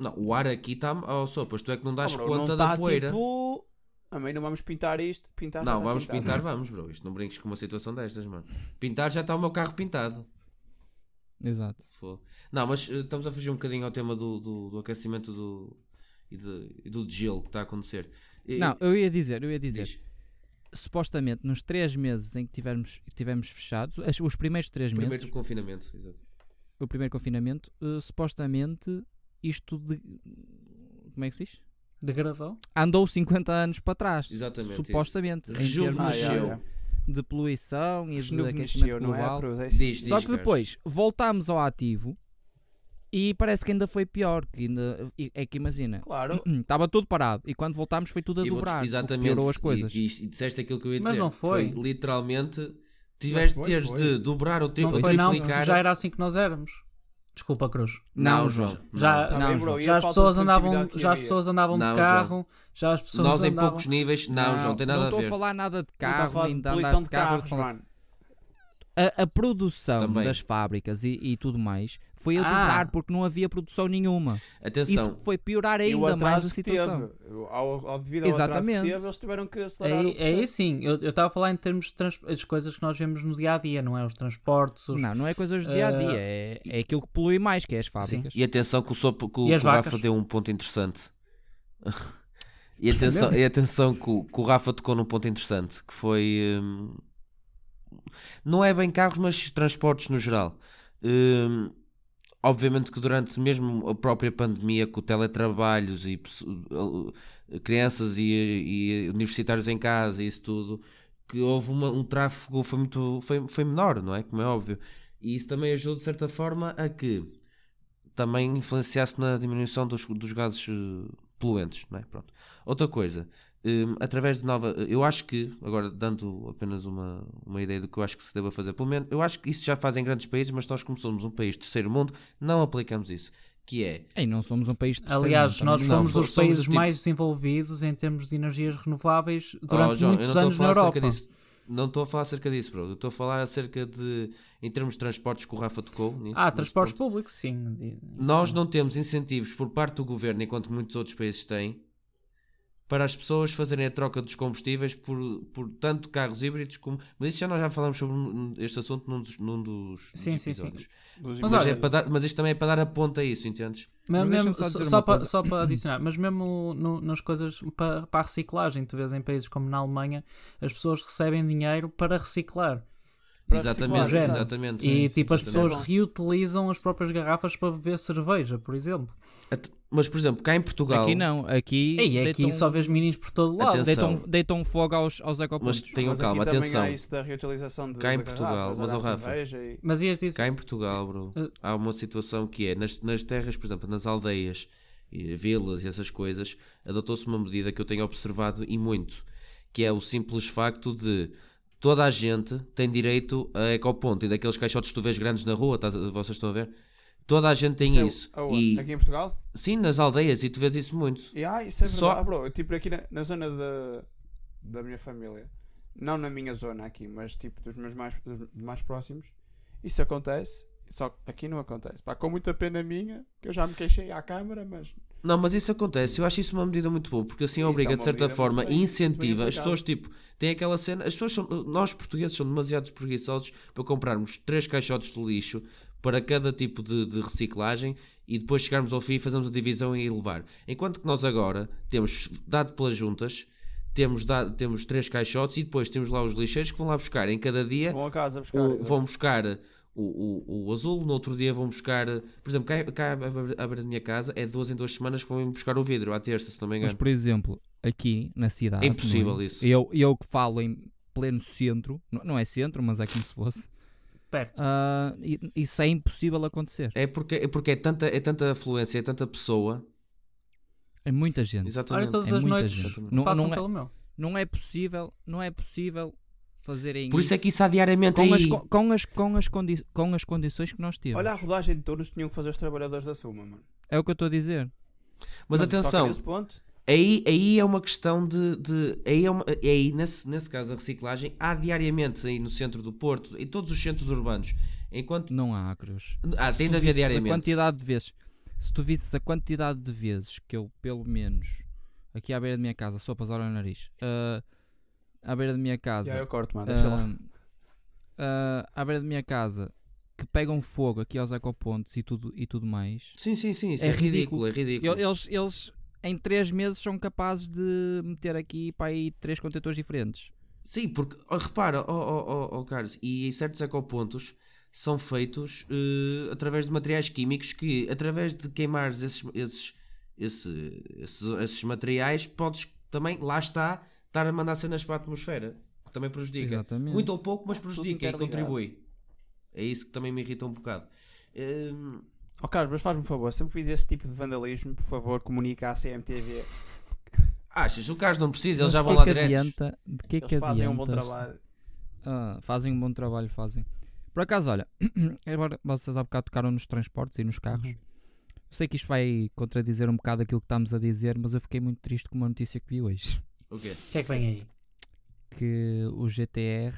Speaker 1: Não, o ar aqui está. Oh, sopas, tu é que não das
Speaker 4: Oh, bro,
Speaker 1: conta
Speaker 4: não
Speaker 1: da
Speaker 4: tá,
Speaker 1: poeira.
Speaker 4: tipo... A mãe não vamos pintar isto. Pintar já
Speaker 1: Não,
Speaker 4: tá
Speaker 1: vamos
Speaker 4: pintado.
Speaker 1: pintar, vamos, bro. Isto não brinques com uma situação destas, mano. Pintar já está o meu carro pintado.
Speaker 3: Exato.
Speaker 1: Fogo. Não, mas eh, estamos a fugir um bocadinho ao tema do, do, do aquecimento do, e, de, e do gelo que está a acontecer. E-
Speaker 3: Não, eu ia dizer, eu ia dizer.
Speaker 1: diz.
Speaker 3: supostamente nos três meses em que tivermos, tivemos fechados, as- os primeiros três
Speaker 1: Primeiro
Speaker 3: meses,
Speaker 1: do confinamento, exato.
Speaker 3: o primeiro confinamento, eh, supostamente isto de. Como é que se diz?
Speaker 2: Degradou?
Speaker 3: Andou 50 anos para trás.
Speaker 1: Exatamente,
Speaker 3: Supostamente. Em termos
Speaker 4: Ah, já,
Speaker 1: Rejuvenesceu.
Speaker 4: já.
Speaker 3: de poluição e de
Speaker 4: Rejuvenesceu,
Speaker 3: aquecimento
Speaker 4: não é,
Speaker 3: global.
Speaker 4: Cruz? É isso.
Speaker 1: Diz, diz,
Speaker 3: Só que
Speaker 1: Carlos.
Speaker 3: depois voltámos ao ativo E parece que ainda foi pior. Que ainda, e- é que imagina,
Speaker 4: Claro.
Speaker 1: Um
Speaker 3: estava tudo parado. E quando voltámos foi tudo a
Speaker 1: E vou-te-
Speaker 3: dobrar. o que
Speaker 1: exatamente,
Speaker 3: Piorou as coisas.
Speaker 1: E, e- e disseste aquilo que eu ia dizer.
Speaker 2: Mas não foi.
Speaker 1: literalmente, tiveste
Speaker 5: foi,
Speaker 1: teres
Speaker 5: foi.
Speaker 1: de dobrar o tempo
Speaker 2: Não
Speaker 1: e
Speaker 2: foi não,
Speaker 1: explicar.
Speaker 2: já era assim que nós éramos. Desculpa, Cruz.
Speaker 3: Não, João.
Speaker 2: Já,
Speaker 5: tá
Speaker 4: Tá
Speaker 3: Não,
Speaker 4: bem,
Speaker 3: João.
Speaker 4: bro, e
Speaker 2: já
Speaker 4: a
Speaker 2: as
Speaker 4: falta de
Speaker 2: pessoas andavam,
Speaker 4: produtividade que
Speaker 2: já as
Speaker 4: havia?
Speaker 2: pessoas andavam de
Speaker 1: Não,
Speaker 2: carro, já as pessoas
Speaker 1: Nós em
Speaker 2: andavam.
Speaker 1: poucos níveis, não, João, tem nada
Speaker 3: não
Speaker 1: a
Speaker 3: estou
Speaker 1: ver.
Speaker 3: a falar nada de
Speaker 4: Não está a
Speaker 3: carro,
Speaker 4: falar
Speaker 3: nem
Speaker 4: de
Speaker 3: de andar
Speaker 4: poluição
Speaker 3: de
Speaker 4: de
Speaker 3: carro. eu tô
Speaker 4: carros,
Speaker 3: falando-
Speaker 4: mano.
Speaker 3: A, a produção
Speaker 1: Também.
Speaker 3: das fábricas e, e tudo mais foi a
Speaker 2: Ah.
Speaker 3: dobrar porque não havia produção nenhuma. Isso
Speaker 1: Atenção,
Speaker 3: foi piorar
Speaker 4: E o
Speaker 3: ainda mais a
Speaker 4: atraso que teve.
Speaker 3: situação.
Speaker 4: Ao, ao devido ao atraso que
Speaker 3: Exatamente.
Speaker 4: teve, eles tiveram que acelerar
Speaker 1: É,
Speaker 4: o
Speaker 2: Aí,
Speaker 4: processo.
Speaker 2: aí sim, É, assim, eu eu estava a falar em termos de trans- as coisas que nós vemos no dia a dia, não é? Os transportes, os-
Speaker 3: Não, não é coisas do dia a dia, é,
Speaker 4: Ah,
Speaker 3: é aquilo que polui mais, que é as fábricas.
Speaker 1: e atenção que o, sopo, que, o-
Speaker 2: E as
Speaker 1: que o Rafa
Speaker 2: vacas?
Speaker 1: deu um ponto interessante. e atenção, e atenção que, o, que o Rafa tocou num ponto interessante, que foi... hum, não é bem carros, mas transportes no geral. Hum, obviamente que durante mesmo a própria pandemia, com teletrabalhos e pesso- eh, crianças e, e universitários em casa e isso tudo, que houve uma- um tráfego, foi, muito, foi, foi menor, não é? Como é óbvio. E isso também ajudou, de certa forma, a que também influenciasse na diminuição dos, dos gases eh, poluentes, não é? Pronto. Outra coisa, hum, através de nova. Eu acho que, agora dando apenas uma, uma ideia do que eu acho que se deva fazer, pelo menos, eu acho que isso já fazem grandes países, mas nós, como somos um país de terceiro mundo, não aplicamos isso. Que é.
Speaker 3: E não somos um país de terceiro
Speaker 2: Aliás,
Speaker 3: mundo,
Speaker 2: nós
Speaker 3: também.
Speaker 1: Não,
Speaker 2: fomos dos
Speaker 1: somos
Speaker 2: países
Speaker 1: tipo-
Speaker 2: mais desenvolvidos em termos de energias renováveis
Speaker 1: Oh,
Speaker 2: durante
Speaker 1: João, eu
Speaker 2: muitos
Speaker 1: não
Speaker 2: anos
Speaker 1: estou
Speaker 2: na
Speaker 1: a falar
Speaker 2: Europa.
Speaker 1: acerca disso. Não estou a falar acerca disso, bro. Eu estou a falar acerca de. Em termos de transportes que o Rafa tocou. Nisso,
Speaker 2: Ah,
Speaker 1: nesse
Speaker 2: transportes
Speaker 1: ponto.
Speaker 2: públicos, sim. de-
Speaker 1: Nós
Speaker 2: sim.
Speaker 1: não temos incentivos por parte do governo, enquanto muitos outros países têm, para as pessoas fazerem a troca dos combustíveis por, por tanto carros híbridos como. Mas isso já nós já falamos sobre um- este assunto num dos. Num dos dos
Speaker 2: Sim, sim, sim.
Speaker 1: episódios.
Speaker 4: Dos
Speaker 2: Mas
Speaker 1: Mas,
Speaker 2: olha-
Speaker 1: é para dar, mas isto também é para dar a ponta a isso, entendes?
Speaker 2: Mas
Speaker 3: Mas
Speaker 2: mesmo,
Speaker 3: deixa-me só
Speaker 2: só,
Speaker 3: dizer
Speaker 2: só
Speaker 3: uma
Speaker 2: para,
Speaker 3: coisa.
Speaker 2: só para adicionar, mas mesmo no- nas coisas para, para a reciclagem, tu vês em países como na Alemanha, as pessoas recebem dinheiro para reciclar.
Speaker 4: Para
Speaker 1: exatamente,
Speaker 2: reciclar,
Speaker 1: exatamente,
Speaker 2: sim.
Speaker 1: exatamente.
Speaker 2: e tipo, as
Speaker 1: exatamente.
Speaker 2: pessoas
Speaker 4: É bom.
Speaker 2: reutilizam as próprias garrafas para beber cerveja, por exemplo.
Speaker 1: At- Mas, por exemplo, cá em Portugal.
Speaker 3: Aqui não, aqui,
Speaker 2: E aí, aqui
Speaker 3: deitam,
Speaker 2: só vês meninos por todo lado.
Speaker 1: Atenção.
Speaker 3: deitam, deitam fogo aos, aos
Speaker 1: Mas
Speaker 3: ecopontos.
Speaker 1: tenham
Speaker 4: Mas aqui
Speaker 1: calma,
Speaker 4: também
Speaker 1: atenção.
Speaker 4: há isso da reutilização de
Speaker 1: Cá em
Speaker 4: de
Speaker 1: Portugal,
Speaker 4: garrafas,
Speaker 1: mas,
Speaker 4: olha,
Speaker 1: ó,
Speaker 4: a
Speaker 1: Rafa,
Speaker 4: cerveja e-
Speaker 2: Mas ias dizer.
Speaker 1: Cá em Portugal, bro,
Speaker 2: Eh.
Speaker 1: há uma situação que é nas, nas terras, por exemplo, nas aldeias, e vilas e essas coisas, adotou-se uma medida que eu tenho observado e muito, que é o simples facto de toda a gente tem direito a ecoponto e daqueles caixotes que tu vês grandes na rua, estás a- vocês estão a ver? Toda a gente tem
Speaker 4: é o-
Speaker 1: isso.
Speaker 4: aonde?
Speaker 1: E,
Speaker 4: Aqui em Portugal?
Speaker 1: Sim, nas aldeias, e tu vês isso muito.
Speaker 4: E, ah, isso é
Speaker 1: Só-
Speaker 4: verdade, bro. Eu, Tipo, aqui na, na zona da, da minha família, não na minha zona aqui, mas tipo dos meus mais, dos mais próximos, isso acontece. Só que aqui não acontece. Pá, com muita pena minha, que eu já me queixei à câmara, mas
Speaker 1: Não, mas isso acontece. Eu acho isso uma medida muito boa, porque assim
Speaker 4: Isso é
Speaker 1: obriga,
Speaker 4: uma
Speaker 1: de certa
Speaker 4: medida
Speaker 1: forma,
Speaker 4: muito
Speaker 1: e
Speaker 4: bem- muito
Speaker 1: incentiva
Speaker 4: bem
Speaker 1: as pessoas, tipo, tem aquela cena. As pessoas são, nós portugueses são demasiado preguiçosos para comprarmos três caixotes de lixo para cada tipo de, de reciclagem e depois chegarmos ao fim e fazermos a divisão e levar. Enquanto que nós agora temos dado pelas juntas, temos, dado, temos três caixotes e depois temos lá os lixeiros que vão lá buscar em cada dia
Speaker 4: vão a casa buscar.
Speaker 1: o-
Speaker 4: exato.
Speaker 1: vão buscar o, o, o azul, no outro dia vão buscar. Por exemplo, cá, cá à beira da minha casa é duas em duas semanas que vão buscar o vidro, à terça, se não me
Speaker 3: Mas,
Speaker 1: engano.
Speaker 3: por exemplo, aqui na cidade.
Speaker 1: É impossível
Speaker 3: não é?
Speaker 1: isso.
Speaker 3: Eu, eu que falo em pleno centro, não- não é centro, mas é como se fosse.
Speaker 2: Perto.
Speaker 3: ah, i- isso é impossível acontecer.
Speaker 1: É porque, é, porque é, tanta, é tanta afluência, é tanta pessoa.
Speaker 3: É muita gente.
Speaker 2: Olha,
Speaker 1: Exatamente.
Speaker 2: todas
Speaker 3: É
Speaker 2: as
Speaker 3: muita
Speaker 2: noites
Speaker 3: gente. Não-
Speaker 2: passam
Speaker 3: não é-
Speaker 2: pelo meu.
Speaker 3: Não é possível, não é possível fazerem
Speaker 1: Por isso é que isso há diariamente
Speaker 3: com as,
Speaker 1: aí.
Speaker 3: co- com, as, com, as condi- com as condições que nós temos.
Speaker 4: Olha a rodagem de turnos que tinham que fazer os trabalhadores da Suma, mano.
Speaker 3: É o que eu estou a dizer.
Speaker 1: Mas,
Speaker 4: toca
Speaker 1: atenção,
Speaker 4: nesse ponto,
Speaker 1: aí, aí é uma questão de. de- aí é uma- aí, nesse, nesse caso, a reciclagem há diariamente aí no centro do Porto, em todos os centros urbanos. Enquanto.
Speaker 3: Não há acros.
Speaker 1: Ah,
Speaker 3: Se
Speaker 1: tem
Speaker 3: tu
Speaker 1: de haver
Speaker 3: visses A
Speaker 1: diariamente.
Speaker 3: quantidade de vezes. Se tu visses a quantidade de vezes que eu, pelo menos, aqui à beira da minha casa, sou a pasar o nariz, ah, à beira da minha casa,
Speaker 4: já eu corto, mano. Deixa lá.
Speaker 3: ah, ah, à beira da minha casa, que pegam fogo aqui aos ecopontos e tudo, e tudo mais,
Speaker 1: Sim, sim, sim. Isso é,
Speaker 3: É
Speaker 1: ridículo,
Speaker 3: ridículo.
Speaker 1: é ridículo.
Speaker 3: eu- eles, eles em 3 meses são capazes de meter aqui para aí 3 contentores diferentes.
Speaker 1: Sim, porque oh, repara, oh, oh, oh, oh, Carlos, e certos ecopontos são feitos eh, através de materiais químicos que, através de queimares esses, esses, esse- esses, esses materiais, podes também, lá está, estar a mandar cenas para a atmosfera, que também prejudica.
Speaker 3: Exatamente.
Speaker 1: Muito ou pouco, mas prejudica e
Speaker 4: interligado.
Speaker 1: contribui. É isso que também me irrita um bocado. Hum,
Speaker 4: Ó Carlos, mas faz-me um favor, sempre que fiz esse tipo de vandalismo, por favor, comunica à CMTV.
Speaker 1: Achas? O Carlos não precisa, eles
Speaker 3: Mas
Speaker 1: já
Speaker 3: de
Speaker 1: vão
Speaker 3: que é
Speaker 1: lá
Speaker 3: que
Speaker 1: direto.
Speaker 3: adianta? De que é
Speaker 4: Eles
Speaker 3: que
Speaker 4: fazem um bom
Speaker 3: adianta?
Speaker 4: trabalho.
Speaker 3: Ah, fazem um bom trabalho, fazem. Por acaso, olha, agora vocês há bocado tocaram nos transportes e nos carros. Eu sei que isto vai contradizer um bocado aquilo que estamos a dizer, mas eu fiquei muito triste com uma notícia que vi hoje.
Speaker 1: O quê?
Speaker 2: O que é que vem aí?
Speaker 3: Que o GTR,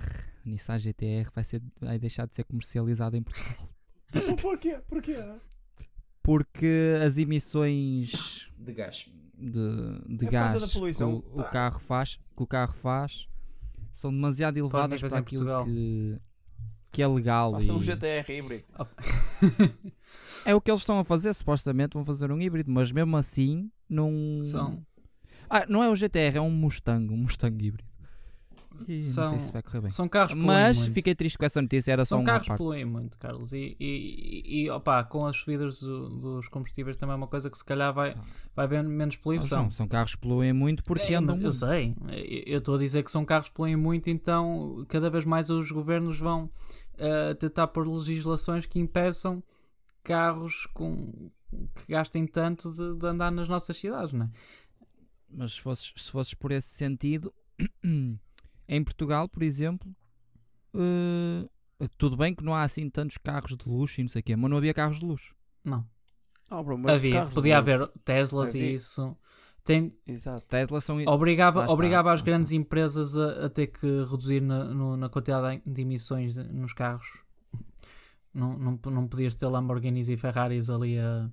Speaker 3: o Nissan GTR, vai, ser, vai deixar de ser comercializado em Portugal.
Speaker 4: Porquê? Porquê?
Speaker 3: Porque as emissões
Speaker 1: De gás.
Speaker 3: de, de
Speaker 4: É por
Speaker 3: gás
Speaker 4: causa da poluição.
Speaker 3: Que, o, o carro faz, que o carro faz são demasiado elevadas
Speaker 2: fazer
Speaker 3: para
Speaker 2: em
Speaker 3: aquilo
Speaker 2: Portugal.
Speaker 3: que, que é legal.
Speaker 4: Façam um
Speaker 3: e-
Speaker 4: GTR híbrido.
Speaker 3: É o que eles estão a fazer, supostamente vão fazer um híbrido, mas mesmo assim não.
Speaker 2: São.
Speaker 3: Ah, não é o GTR, é um Mustang, um Mustang híbrido. E Não
Speaker 2: São-
Speaker 3: sei se vai correr bem.
Speaker 2: São carros que poluem
Speaker 3: Mas
Speaker 2: muito.
Speaker 3: fiquei triste com essa notícia, era só
Speaker 2: São
Speaker 3: um
Speaker 2: carros que
Speaker 3: parte.
Speaker 2: poluem muito, Carlos. E, e, e opa, com as subidas do- dos combustíveis também é uma coisa que se calhar vai, vai haver menos poluição.
Speaker 3: Ah. São, são carros que poluem muito porque
Speaker 2: É,
Speaker 3: andam.
Speaker 2: mas eu sei, Eu- eu estou a dizer que são carros que poluem muito, então cada vez mais os governos vão ah, tentar pôr legislações que impeçam carros com, que gastem tanto de, de andar nas nossas cidades, não é?
Speaker 3: Mas se fosses, se fosses por esse sentido, em Portugal, por exemplo, eh, tudo bem que não há assim tantos carros de luxo e não sei o quê, mas não havia carros de luxo.
Speaker 2: Não,
Speaker 4: Não, bro, mas os
Speaker 2: havia,
Speaker 4: carros
Speaker 2: podia
Speaker 4: novos-
Speaker 2: haver Teslas
Speaker 4: Havia.
Speaker 2: e isso. Tem,
Speaker 4: Exato.
Speaker 3: Tesla são.
Speaker 2: Obrigava,
Speaker 3: Lá está,
Speaker 2: obrigava as
Speaker 3: lá está.
Speaker 2: grandes empresas a, a ter que reduzir na, no- na quantidade de emissões de- nos carros. Não, não, não podias ter Lamborghinis e Ferraris ali a,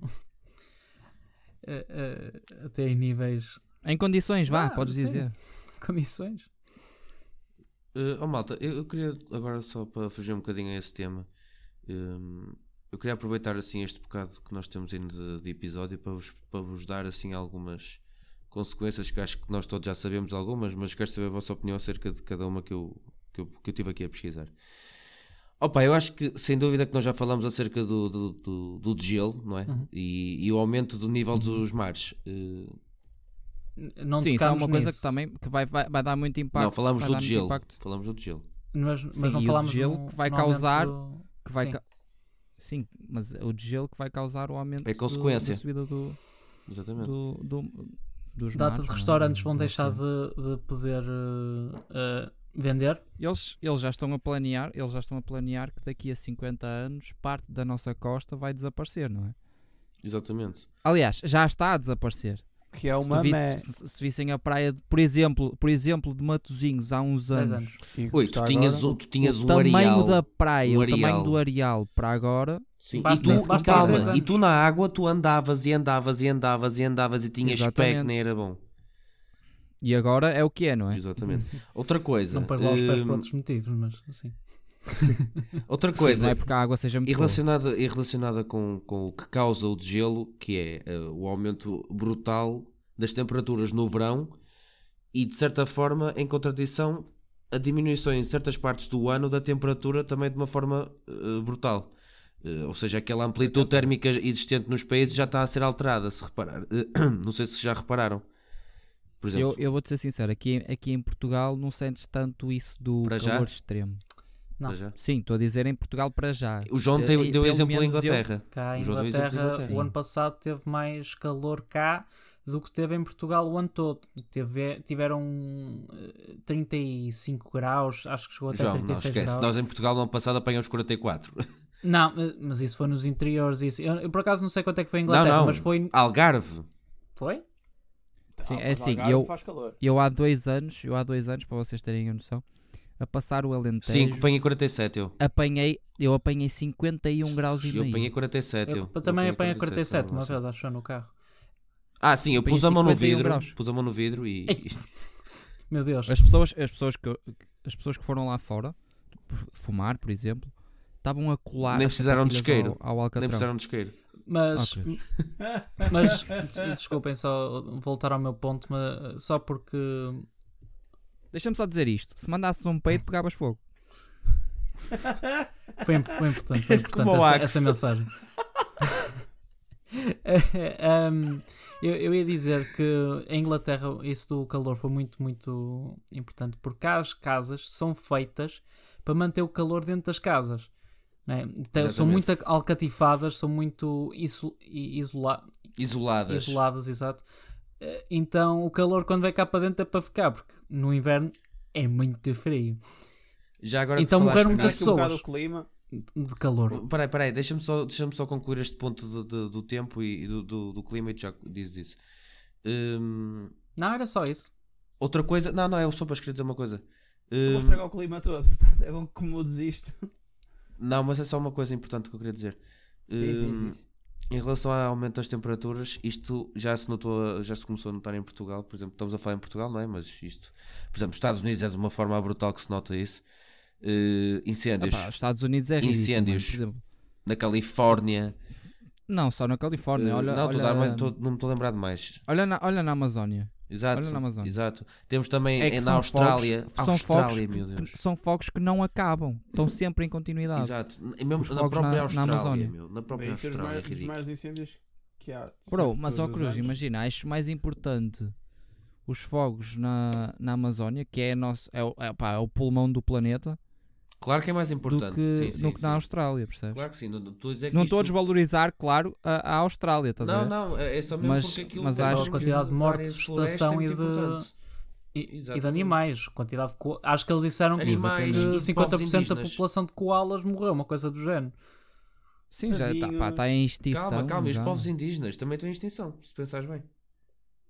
Speaker 2: a, a- a ter em níveis
Speaker 3: Em condições, vá,
Speaker 2: Ah,
Speaker 3: podes
Speaker 2: sim.
Speaker 3: dizer.
Speaker 2: comissões.
Speaker 1: Eh, oh, malta, eu, eu queria agora só para fugir um bocadinho a esse tema. hum, eu queria aproveitar assim este bocado que nós temos ainda de, de episódio para vos, para vos dar assim algumas consequências que acho que nós todos já sabemos algumas, mas quero saber a vossa opinião acerca de cada uma que eu, que eu, que eu tive aqui a pesquisar. Opa, eu acho que sem dúvida que nós já falamos acerca do, do, do, do degelo, não é?
Speaker 3: Uhum.
Speaker 1: E, e o aumento do nível dos mares. Eh,
Speaker 2: Não
Speaker 3: Sim, isso é
Speaker 2: tocámos
Speaker 3: uma coisa
Speaker 2: nisso,
Speaker 3: que também que vai, vai, vai dar muito impacto.
Speaker 1: não, falámos
Speaker 3: vai
Speaker 1: do
Speaker 3: dar muito
Speaker 1: degelo.
Speaker 3: impacto.
Speaker 1: Falamos do degelo.
Speaker 2: Mas, mas
Speaker 3: Sim, e o
Speaker 2: não falámos
Speaker 3: degelo
Speaker 2: no-
Speaker 3: que vai
Speaker 2: no aumento
Speaker 3: causar-
Speaker 2: do-
Speaker 3: que vai
Speaker 2: Sim.
Speaker 3: sim. sim, mas é o degelo que vai causar o aumento
Speaker 1: É
Speaker 3: do-
Speaker 1: consequência.
Speaker 3: da subida do,
Speaker 1: Exatamente.
Speaker 3: do, do- dos
Speaker 2: Data
Speaker 3: mares,
Speaker 2: de
Speaker 3: não é?
Speaker 2: restaurantes vão
Speaker 3: Não
Speaker 2: deixar
Speaker 3: sei.
Speaker 2: de, de poder eh, eh, vender.
Speaker 3: Eles, eles já estão a planear, eles já estão a planear que daqui a 50 anos parte da nossa costa vai desaparecer, não é?
Speaker 1: Exatamente.
Speaker 3: Aliás, já está a desaparecer.
Speaker 4: Que é
Speaker 3: Se, tu
Speaker 4: uma
Speaker 3: visse-
Speaker 4: visse...
Speaker 3: se, se vissem a praia, de, por exemplo, por exemplo, de Matozinhos há uns
Speaker 2: Dez
Speaker 3: anos,
Speaker 2: anos.
Speaker 1: Oi, tu tinhas, um, tu tinhas
Speaker 3: o
Speaker 1: um
Speaker 3: tamanho
Speaker 1: areal.
Speaker 3: da praia,
Speaker 1: um
Speaker 3: o tamanho
Speaker 1: areal.
Speaker 3: do areal para agora
Speaker 1: Sim,
Speaker 2: Basta-
Speaker 3: é
Speaker 1: e, tu,
Speaker 2: basta
Speaker 1: calma,
Speaker 2: três anos.
Speaker 1: e tu na água tu andavas e andavas e andavas e andavas e tinhas pé que
Speaker 3: Exatamente.
Speaker 1: nem era bom.
Speaker 3: e agora é o que é, não é?
Speaker 1: Exatamente. Outra coisa.
Speaker 2: Não pôs lá os pés por
Speaker 3: Ehm,
Speaker 1: hum,
Speaker 2: outros motivos, mas assim.
Speaker 1: outra
Speaker 3: Não é
Speaker 1: coisa.
Speaker 3: porque a água seja
Speaker 1: E
Speaker 3: muito boa.
Speaker 1: relacionada, e relacionada com, com o que causa o degelo, que é eh, o aumento brutal das temperaturas no verão e, de certa forma, em contradição, a diminuição em certas partes do ano da temperatura também de uma forma eh, brutal. Eh, ou seja, aquela amplitude térmica existente nos países já está a ser alterada, se reparar. não sei se já repararam. Por exemplo,
Speaker 3: Eu, eu vou-te ser sincero, aqui, aqui em Portugal não sentes tanto isso do
Speaker 1: Para já?
Speaker 3: calor extremo.
Speaker 2: não.
Speaker 1: para já.
Speaker 3: Sim, estou a dizer em Portugal para já.
Speaker 1: o João
Speaker 3: Eh,
Speaker 1: deu,
Speaker 3: e
Speaker 1: deu
Speaker 3: pelo
Speaker 1: exemplo da
Speaker 3: menos eu-
Speaker 1: Inglaterra.
Speaker 2: Cá em
Speaker 1: O João é deu exemplo da
Speaker 2: Inglaterra,
Speaker 1: Inglaterra.
Speaker 2: o
Speaker 3: Sim.
Speaker 2: ano passado teve mais calor cá do que teve em Portugal o ano todo. Teve, tiveram eh, 35 graus, acho que chegou até
Speaker 1: João, não
Speaker 2: 36
Speaker 1: esquece.
Speaker 2: graus.
Speaker 1: Nós em Portugal no ano passado apanhamos 44.
Speaker 2: Não, eh, mas isso foi nos interiores. Isso. Eu, eu, por acaso não sei quanto é que foi a Inglaterra,
Speaker 1: não, não.
Speaker 2: mas foi.
Speaker 1: Algarve.
Speaker 2: Foi?
Speaker 3: Sim, é assim, eu-
Speaker 4: Tá, Faz calor.
Speaker 3: Eu há dois anos, eu há dois anos, para vocês terem a noção, a passar o Alentejo,
Speaker 1: Sim, apanhei 47 eu.
Speaker 3: apanhei, eu apanhei 51 graus e
Speaker 1: Eu apanhei
Speaker 3: meio.
Speaker 1: 47 eu.
Speaker 2: Eu, também apanhei 47,
Speaker 1: não
Speaker 2: uma
Speaker 1: sei.
Speaker 2: vez, acho, eu, no carro.
Speaker 1: Ah, sim, eu
Speaker 3: Apanhei
Speaker 1: pus a mão no
Speaker 3: 51
Speaker 1: vidro.
Speaker 3: graus.
Speaker 1: Pus a mão no vidro e.
Speaker 2: um Ei. Meu Deus.
Speaker 3: As pessoas, as, pessoas que, as pessoas que foram lá fora, f- fumar, por exemplo, estavam a colar
Speaker 1: Nem
Speaker 3: as
Speaker 1: precisaram de
Speaker 3: sapatilhas
Speaker 1: isqueiro.
Speaker 3: ao, ao
Speaker 1: Nem
Speaker 3: Alcatrão.
Speaker 1: precisaram de isqueiro.
Speaker 2: Mas,
Speaker 3: Ok.
Speaker 2: mas des- desculpem só voltar ao meu ponto, mas, só porque
Speaker 3: Deixa-me só dizer isto, se mandasses um peito pegavas fogo.
Speaker 2: Foi, imp- foi importante, foi importante
Speaker 1: Como o
Speaker 2: essa,
Speaker 1: Axe.
Speaker 2: essa mensagem. Um, eu, eu ia dizer que em Inglaterra isso do calor foi muito, muito importante porque cá as casas são feitas para manter o calor dentro das casas. né? né? Então, São
Speaker 1: Exatamente.
Speaker 2: muito alcatifadas, são muito iso, i- isola-
Speaker 1: Isoladas.
Speaker 2: isoladas, exato. Eh, Então o calor quando vai cá para dentro é para ficar, porque no inverno é muito frio
Speaker 1: Já agora que
Speaker 2: Então
Speaker 1: falaste
Speaker 2: morreram
Speaker 1: nisso-
Speaker 2: muitas
Speaker 4: Aqui um bocado
Speaker 2: pessoas.
Speaker 4: o clima.
Speaker 2: de calor.
Speaker 1: Peraí, peraí, deixa-me só, deixa só concluir este ponto de- de- do tempo e e do, do- do clima e tu já dizes isso. Hum,
Speaker 2: Não, era só isso.
Speaker 1: outra coisa. Não, não, é só para querer dizer uma coisa.
Speaker 4: Eu
Speaker 1: Hum,
Speaker 4: vou estragar o clima todo, portanto é bom que mudes isto.
Speaker 1: não, mas é só uma coisa importante que eu queria dizer.
Speaker 4: Diz,
Speaker 1: Hum,
Speaker 4: diz, diz.
Speaker 1: Em relação ao aumento das temperaturas, isto já se notou, a- já se começou a notar em Portugal, por exemplo, estamos a falar em Portugal, não é? Mas isto, por exemplo, Estados Unidos é de uma forma brutal que se nota isso. Eh, incêndios
Speaker 3: Epá, os Estados Unidos é ridículo,
Speaker 1: Incêndios.
Speaker 3: mano, por exemplo.
Speaker 1: na Califórnia.
Speaker 3: Não, só na Califórnia.
Speaker 1: Eh,
Speaker 3: Olha,
Speaker 1: não, estou a dar uma-
Speaker 3: olha,
Speaker 1: estou- não me estou a lembrar de mais.
Speaker 3: olha, na, olha na Amazônia.
Speaker 1: Exato.
Speaker 3: Olha na Amazônia.
Speaker 1: Exato. Temos também
Speaker 3: É
Speaker 1: em-
Speaker 3: que
Speaker 1: na
Speaker 3: são
Speaker 1: Austrália.
Speaker 3: fogos- são
Speaker 1: Austrália,
Speaker 3: fogos
Speaker 1: meu
Speaker 3: que-
Speaker 1: Deus.
Speaker 3: que São fogos que não acabam, estão sempre em continuidade.
Speaker 1: Exato. E mesmo
Speaker 3: Os
Speaker 1: na
Speaker 3: fogos
Speaker 1: própria
Speaker 3: na- na
Speaker 1: Austrália,
Speaker 3: Amazónia.
Speaker 1: meu. Na própria
Speaker 4: Daí ser os
Speaker 1: Austrália,
Speaker 4: mais,
Speaker 1: é
Speaker 4: dos
Speaker 1: ridículo.
Speaker 4: mais incêndios que há.
Speaker 3: Bro,
Speaker 4: sempre
Speaker 3: mas ó
Speaker 4: todos os
Speaker 3: Cruz,
Speaker 4: anos.
Speaker 3: imagina, acho mais importante os fogos na, na Amazónia, que é, nosso, é, o- é, pá, é o pulmão do planeta,
Speaker 1: Claro que é mais
Speaker 3: do
Speaker 1: importante.
Speaker 3: que,
Speaker 1: sim,
Speaker 3: no
Speaker 1: sim,
Speaker 3: que
Speaker 1: sim.
Speaker 3: na Austrália, percebes?
Speaker 1: Claro que sim. Não não estou a dizer que
Speaker 3: Não
Speaker 1: isto-
Speaker 3: estou a desvalorizar, claro, a, a Austrália, estás a
Speaker 1: Não,
Speaker 3: ver?
Speaker 1: não, é é só mesmo
Speaker 3: Mas-
Speaker 1: porque aquilo
Speaker 3: mas
Speaker 1: tem
Speaker 3: acho
Speaker 1: uma
Speaker 3: que-
Speaker 2: Quantidade de
Speaker 1: área
Speaker 2: mortes,
Speaker 1: floresta
Speaker 2: estação
Speaker 1: é
Speaker 2: e
Speaker 1: muito
Speaker 2: de-
Speaker 1: importante.
Speaker 2: E, e de
Speaker 1: Exatamente.
Speaker 2: animais, quantidade de co- Acho que eles disseram que-
Speaker 1: Animais e
Speaker 2: que
Speaker 1: povos
Speaker 2: 50% da
Speaker 1: indígenas.
Speaker 2: população de koalas morreu, uma coisa do género.
Speaker 3: Sim, já está pá,
Speaker 4: Tadinhos.
Speaker 3: tá em extinção.
Speaker 1: Calma, calma, e os
Speaker 3: já.
Speaker 1: povos indígenas também estão em extinção, se pensares bem.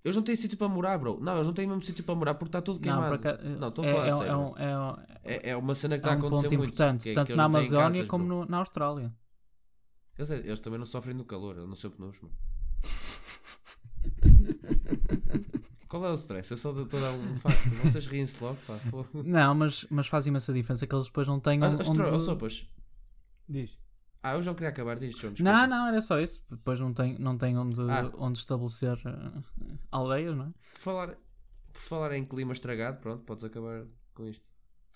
Speaker 1: Eles não têm sítio para morar, bro. Não, eles não têm mesmo sítio para morar porque está tudo
Speaker 2: Não,
Speaker 1: queimado.
Speaker 2: por acaso,
Speaker 1: Não, estou a
Speaker 2: é,
Speaker 1: falar
Speaker 2: é,
Speaker 1: a
Speaker 2: um-
Speaker 1: sério.
Speaker 2: é um- é um-
Speaker 1: É, é uma cena que está
Speaker 2: é
Speaker 1: a
Speaker 2: um
Speaker 1: acontecer
Speaker 2: ponto
Speaker 1: muito.
Speaker 2: importante,
Speaker 1: que é que
Speaker 2: tanto
Speaker 1: eles
Speaker 2: na
Speaker 1: não têm
Speaker 2: Amazónia
Speaker 1: casas,
Speaker 2: como
Speaker 1: bro.
Speaker 2: no- na Austrália.
Speaker 1: Eles, é, eles também não sofrem do calor, eu não sei por nós, mano. Qual é o stress? Eu só estou a dar um facto. Vocês riem-se logo, pá. Pô.
Speaker 2: Não, mas, mas faz imensa diferença que eles depois não têm
Speaker 1: Ah,
Speaker 2: onde.
Speaker 1: Astro- oh,
Speaker 2: onde-
Speaker 1: sopas.
Speaker 4: Diz.
Speaker 1: Ah, eu já queria acabar disto, João, desculpa.
Speaker 2: Não, não, era só isso. Depois não tem, não tem onde,
Speaker 1: Ah.
Speaker 2: onde estabelecer eh, aldeias, não é?
Speaker 1: Por falar, por falar em clima estragado, pronto, podes acabar com isto.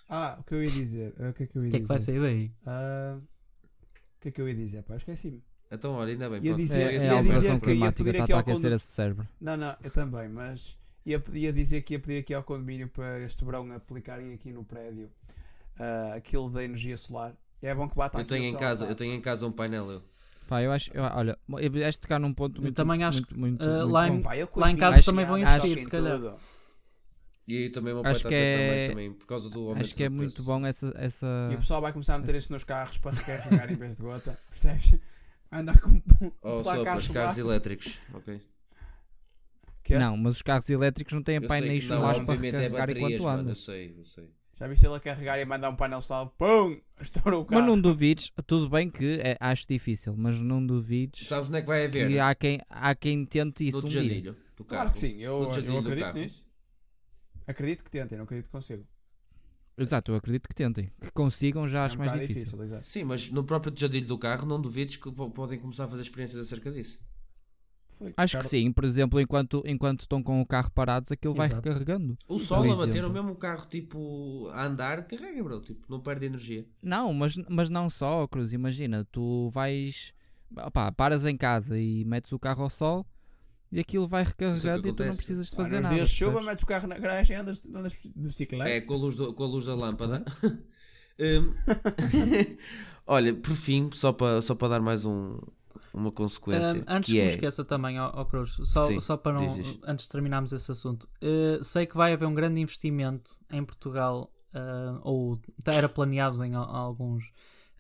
Speaker 4: Ah, o que eu ia dizer? O que é que eu ia
Speaker 2: O que é que vai
Speaker 4: dizer?
Speaker 2: sair daí?
Speaker 4: Ah, o que é que eu ia dizer? Pá, esqueci-me.
Speaker 1: Então, olha, ainda bem.
Speaker 4: Ia
Speaker 1: pronto.
Speaker 4: dizer-
Speaker 3: É,
Speaker 1: Siga-
Speaker 3: é
Speaker 4: ia
Speaker 3: a
Speaker 1: siga-
Speaker 4: dizer
Speaker 3: alteração
Speaker 4: que eu ia
Speaker 3: climática
Speaker 4: pedir
Speaker 3: que
Speaker 4: aqui
Speaker 3: está a
Speaker 4: ao
Speaker 3: aquecer
Speaker 4: condu-
Speaker 3: esse cérebro.
Speaker 4: Não, não, eu também, mas ia, ia dizer que ia pedir aqui ao condomínio para este verão aplicarem aqui no prédio ah, aquilo da energia solar. E é bom que bata
Speaker 1: Eu
Speaker 4: aqui
Speaker 1: tenho
Speaker 4: o
Speaker 1: em
Speaker 4: sol,
Speaker 1: casa,
Speaker 4: pá.
Speaker 1: eu tenho em casa um painel eu.
Speaker 3: Pá, eu acho, eu- olha, eu vieste tocar num ponto
Speaker 2: Eu
Speaker 3: muito,
Speaker 2: também acho
Speaker 3: muito,
Speaker 1: uh,
Speaker 3: muito,
Speaker 2: eh,
Speaker 3: muito
Speaker 2: lá em-
Speaker 3: bom.
Speaker 4: Pá, eu
Speaker 2: Lá em
Speaker 4: continuo
Speaker 2: casa
Speaker 4: a
Speaker 2: também
Speaker 4: chegar
Speaker 2: vão
Speaker 4: à
Speaker 2: investir,
Speaker 4: taxa em
Speaker 2: se calhar.
Speaker 4: assim, tudo.
Speaker 1: E aí também o meu pai
Speaker 3: Acho
Speaker 1: está a
Speaker 3: que
Speaker 1: pensar
Speaker 3: é-
Speaker 1: mais também, por causa do aumento
Speaker 3: Acho que é
Speaker 1: do
Speaker 3: muito
Speaker 1: preço.
Speaker 3: bom essa. essa...
Speaker 4: E
Speaker 1: É.
Speaker 4: o pessoal vai começar a meter isso nos carros para recarregar em vez de gota, percebes? Andar com um
Speaker 1: Oh,
Speaker 4: placar
Speaker 1: sopas, carros
Speaker 4: solar.
Speaker 1: elétricos, ok.
Speaker 4: quê?
Speaker 3: Não, mas os carros elétricos não têm
Speaker 1: é. Eu
Speaker 3: painéis
Speaker 1: sei que não,
Speaker 3: solares para
Speaker 1: obviamente, é
Speaker 3: recarregar
Speaker 1: baterias,
Speaker 3: enquanto
Speaker 1: mano, Eu
Speaker 3: andas.
Speaker 1: sei, eu sei.
Speaker 4: Já viste ele a carregar e mandar um painel solar, pum, estourou o carro.
Speaker 3: Mas não duvides, tudo bem que é- acho difícil, mas não duvides
Speaker 1: Sabes onde é que vai haver?
Speaker 3: que há quem, há quem tente isso
Speaker 1: no
Speaker 3: um dia.
Speaker 1: Tejadilho, do carro.
Speaker 4: Claro que sim, eu,
Speaker 1: No jardim
Speaker 4: eu
Speaker 1: do
Speaker 4: acredito
Speaker 1: carro.
Speaker 4: nisso. Acredito que tentem, não acredito que consigo.
Speaker 3: Exato, eu acredito que tentem. Que consigam já acho
Speaker 4: é um
Speaker 3: mais
Speaker 4: bocado
Speaker 3: difícil.
Speaker 4: exato.
Speaker 1: Sim, mas no próprio tejadilho do carro não duvides que vo- podem começar a fazer experiências acerca disso.
Speaker 4: Foi,
Speaker 3: Acho que
Speaker 4: Ricardo.
Speaker 3: sim, por exemplo, enquanto, enquanto estão com o carro parados, aquilo vai
Speaker 2: Exato.
Speaker 3: recarregando.
Speaker 1: O sol a bater
Speaker 3: exemplo.
Speaker 1: o mesmo carro tipo a andar, carrega, bro, tipo, não perde energia.
Speaker 3: Não, mas, mas não só, Cruz, imagina, tu vais, opá, paras em casa e metes o carro ao sol e aquilo vai recarregando e tu não
Speaker 1: acontece.
Speaker 3: precisas de
Speaker 4: Pá,
Speaker 3: fazer
Speaker 4: nos
Speaker 3: nada.
Speaker 4: dias de chuva,
Speaker 3: percebes?
Speaker 4: metes o carro na garagem e andas, andas de bicicleta.
Speaker 1: É, com a luz, do- com a luz da lâmpada. Hum, Olha, por fim, só para só para dar mais um, uma consequência.
Speaker 2: Ahm, antes
Speaker 1: que
Speaker 2: que me
Speaker 1: é,
Speaker 2: esqueça também, ó, ó Cruz, só,
Speaker 1: Sim,
Speaker 2: só para não.
Speaker 1: diz isto.
Speaker 2: Antes de terminarmos esse assunto, eh, sei que vai haver um grande investimento em Portugal, ah, ou tá- era planeado em al- alguns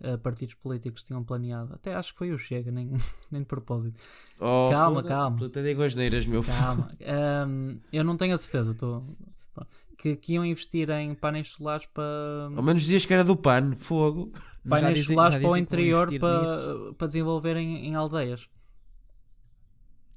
Speaker 2: ah, partidos políticos tinham planeado, até acho que foi o Chega, nem, nem de propósito.
Speaker 1: Oh,
Speaker 2: Calma,
Speaker 1: foda,
Speaker 2: calma.
Speaker 1: Tu até digo as neiras, meu filho.
Speaker 2: Calma, Ahm, eu não tenho a certeza, estou. Que, que iam investir em painéis solares para
Speaker 1: Ao menos dias que era do pano, fogo.
Speaker 3: Mas já
Speaker 2: painéis
Speaker 3: dizem-
Speaker 2: solares
Speaker 3: já
Speaker 2: para o
Speaker 3: dizem que vão
Speaker 2: interior
Speaker 3: investir nisso.
Speaker 2: para, para desenvolverem em aldeias.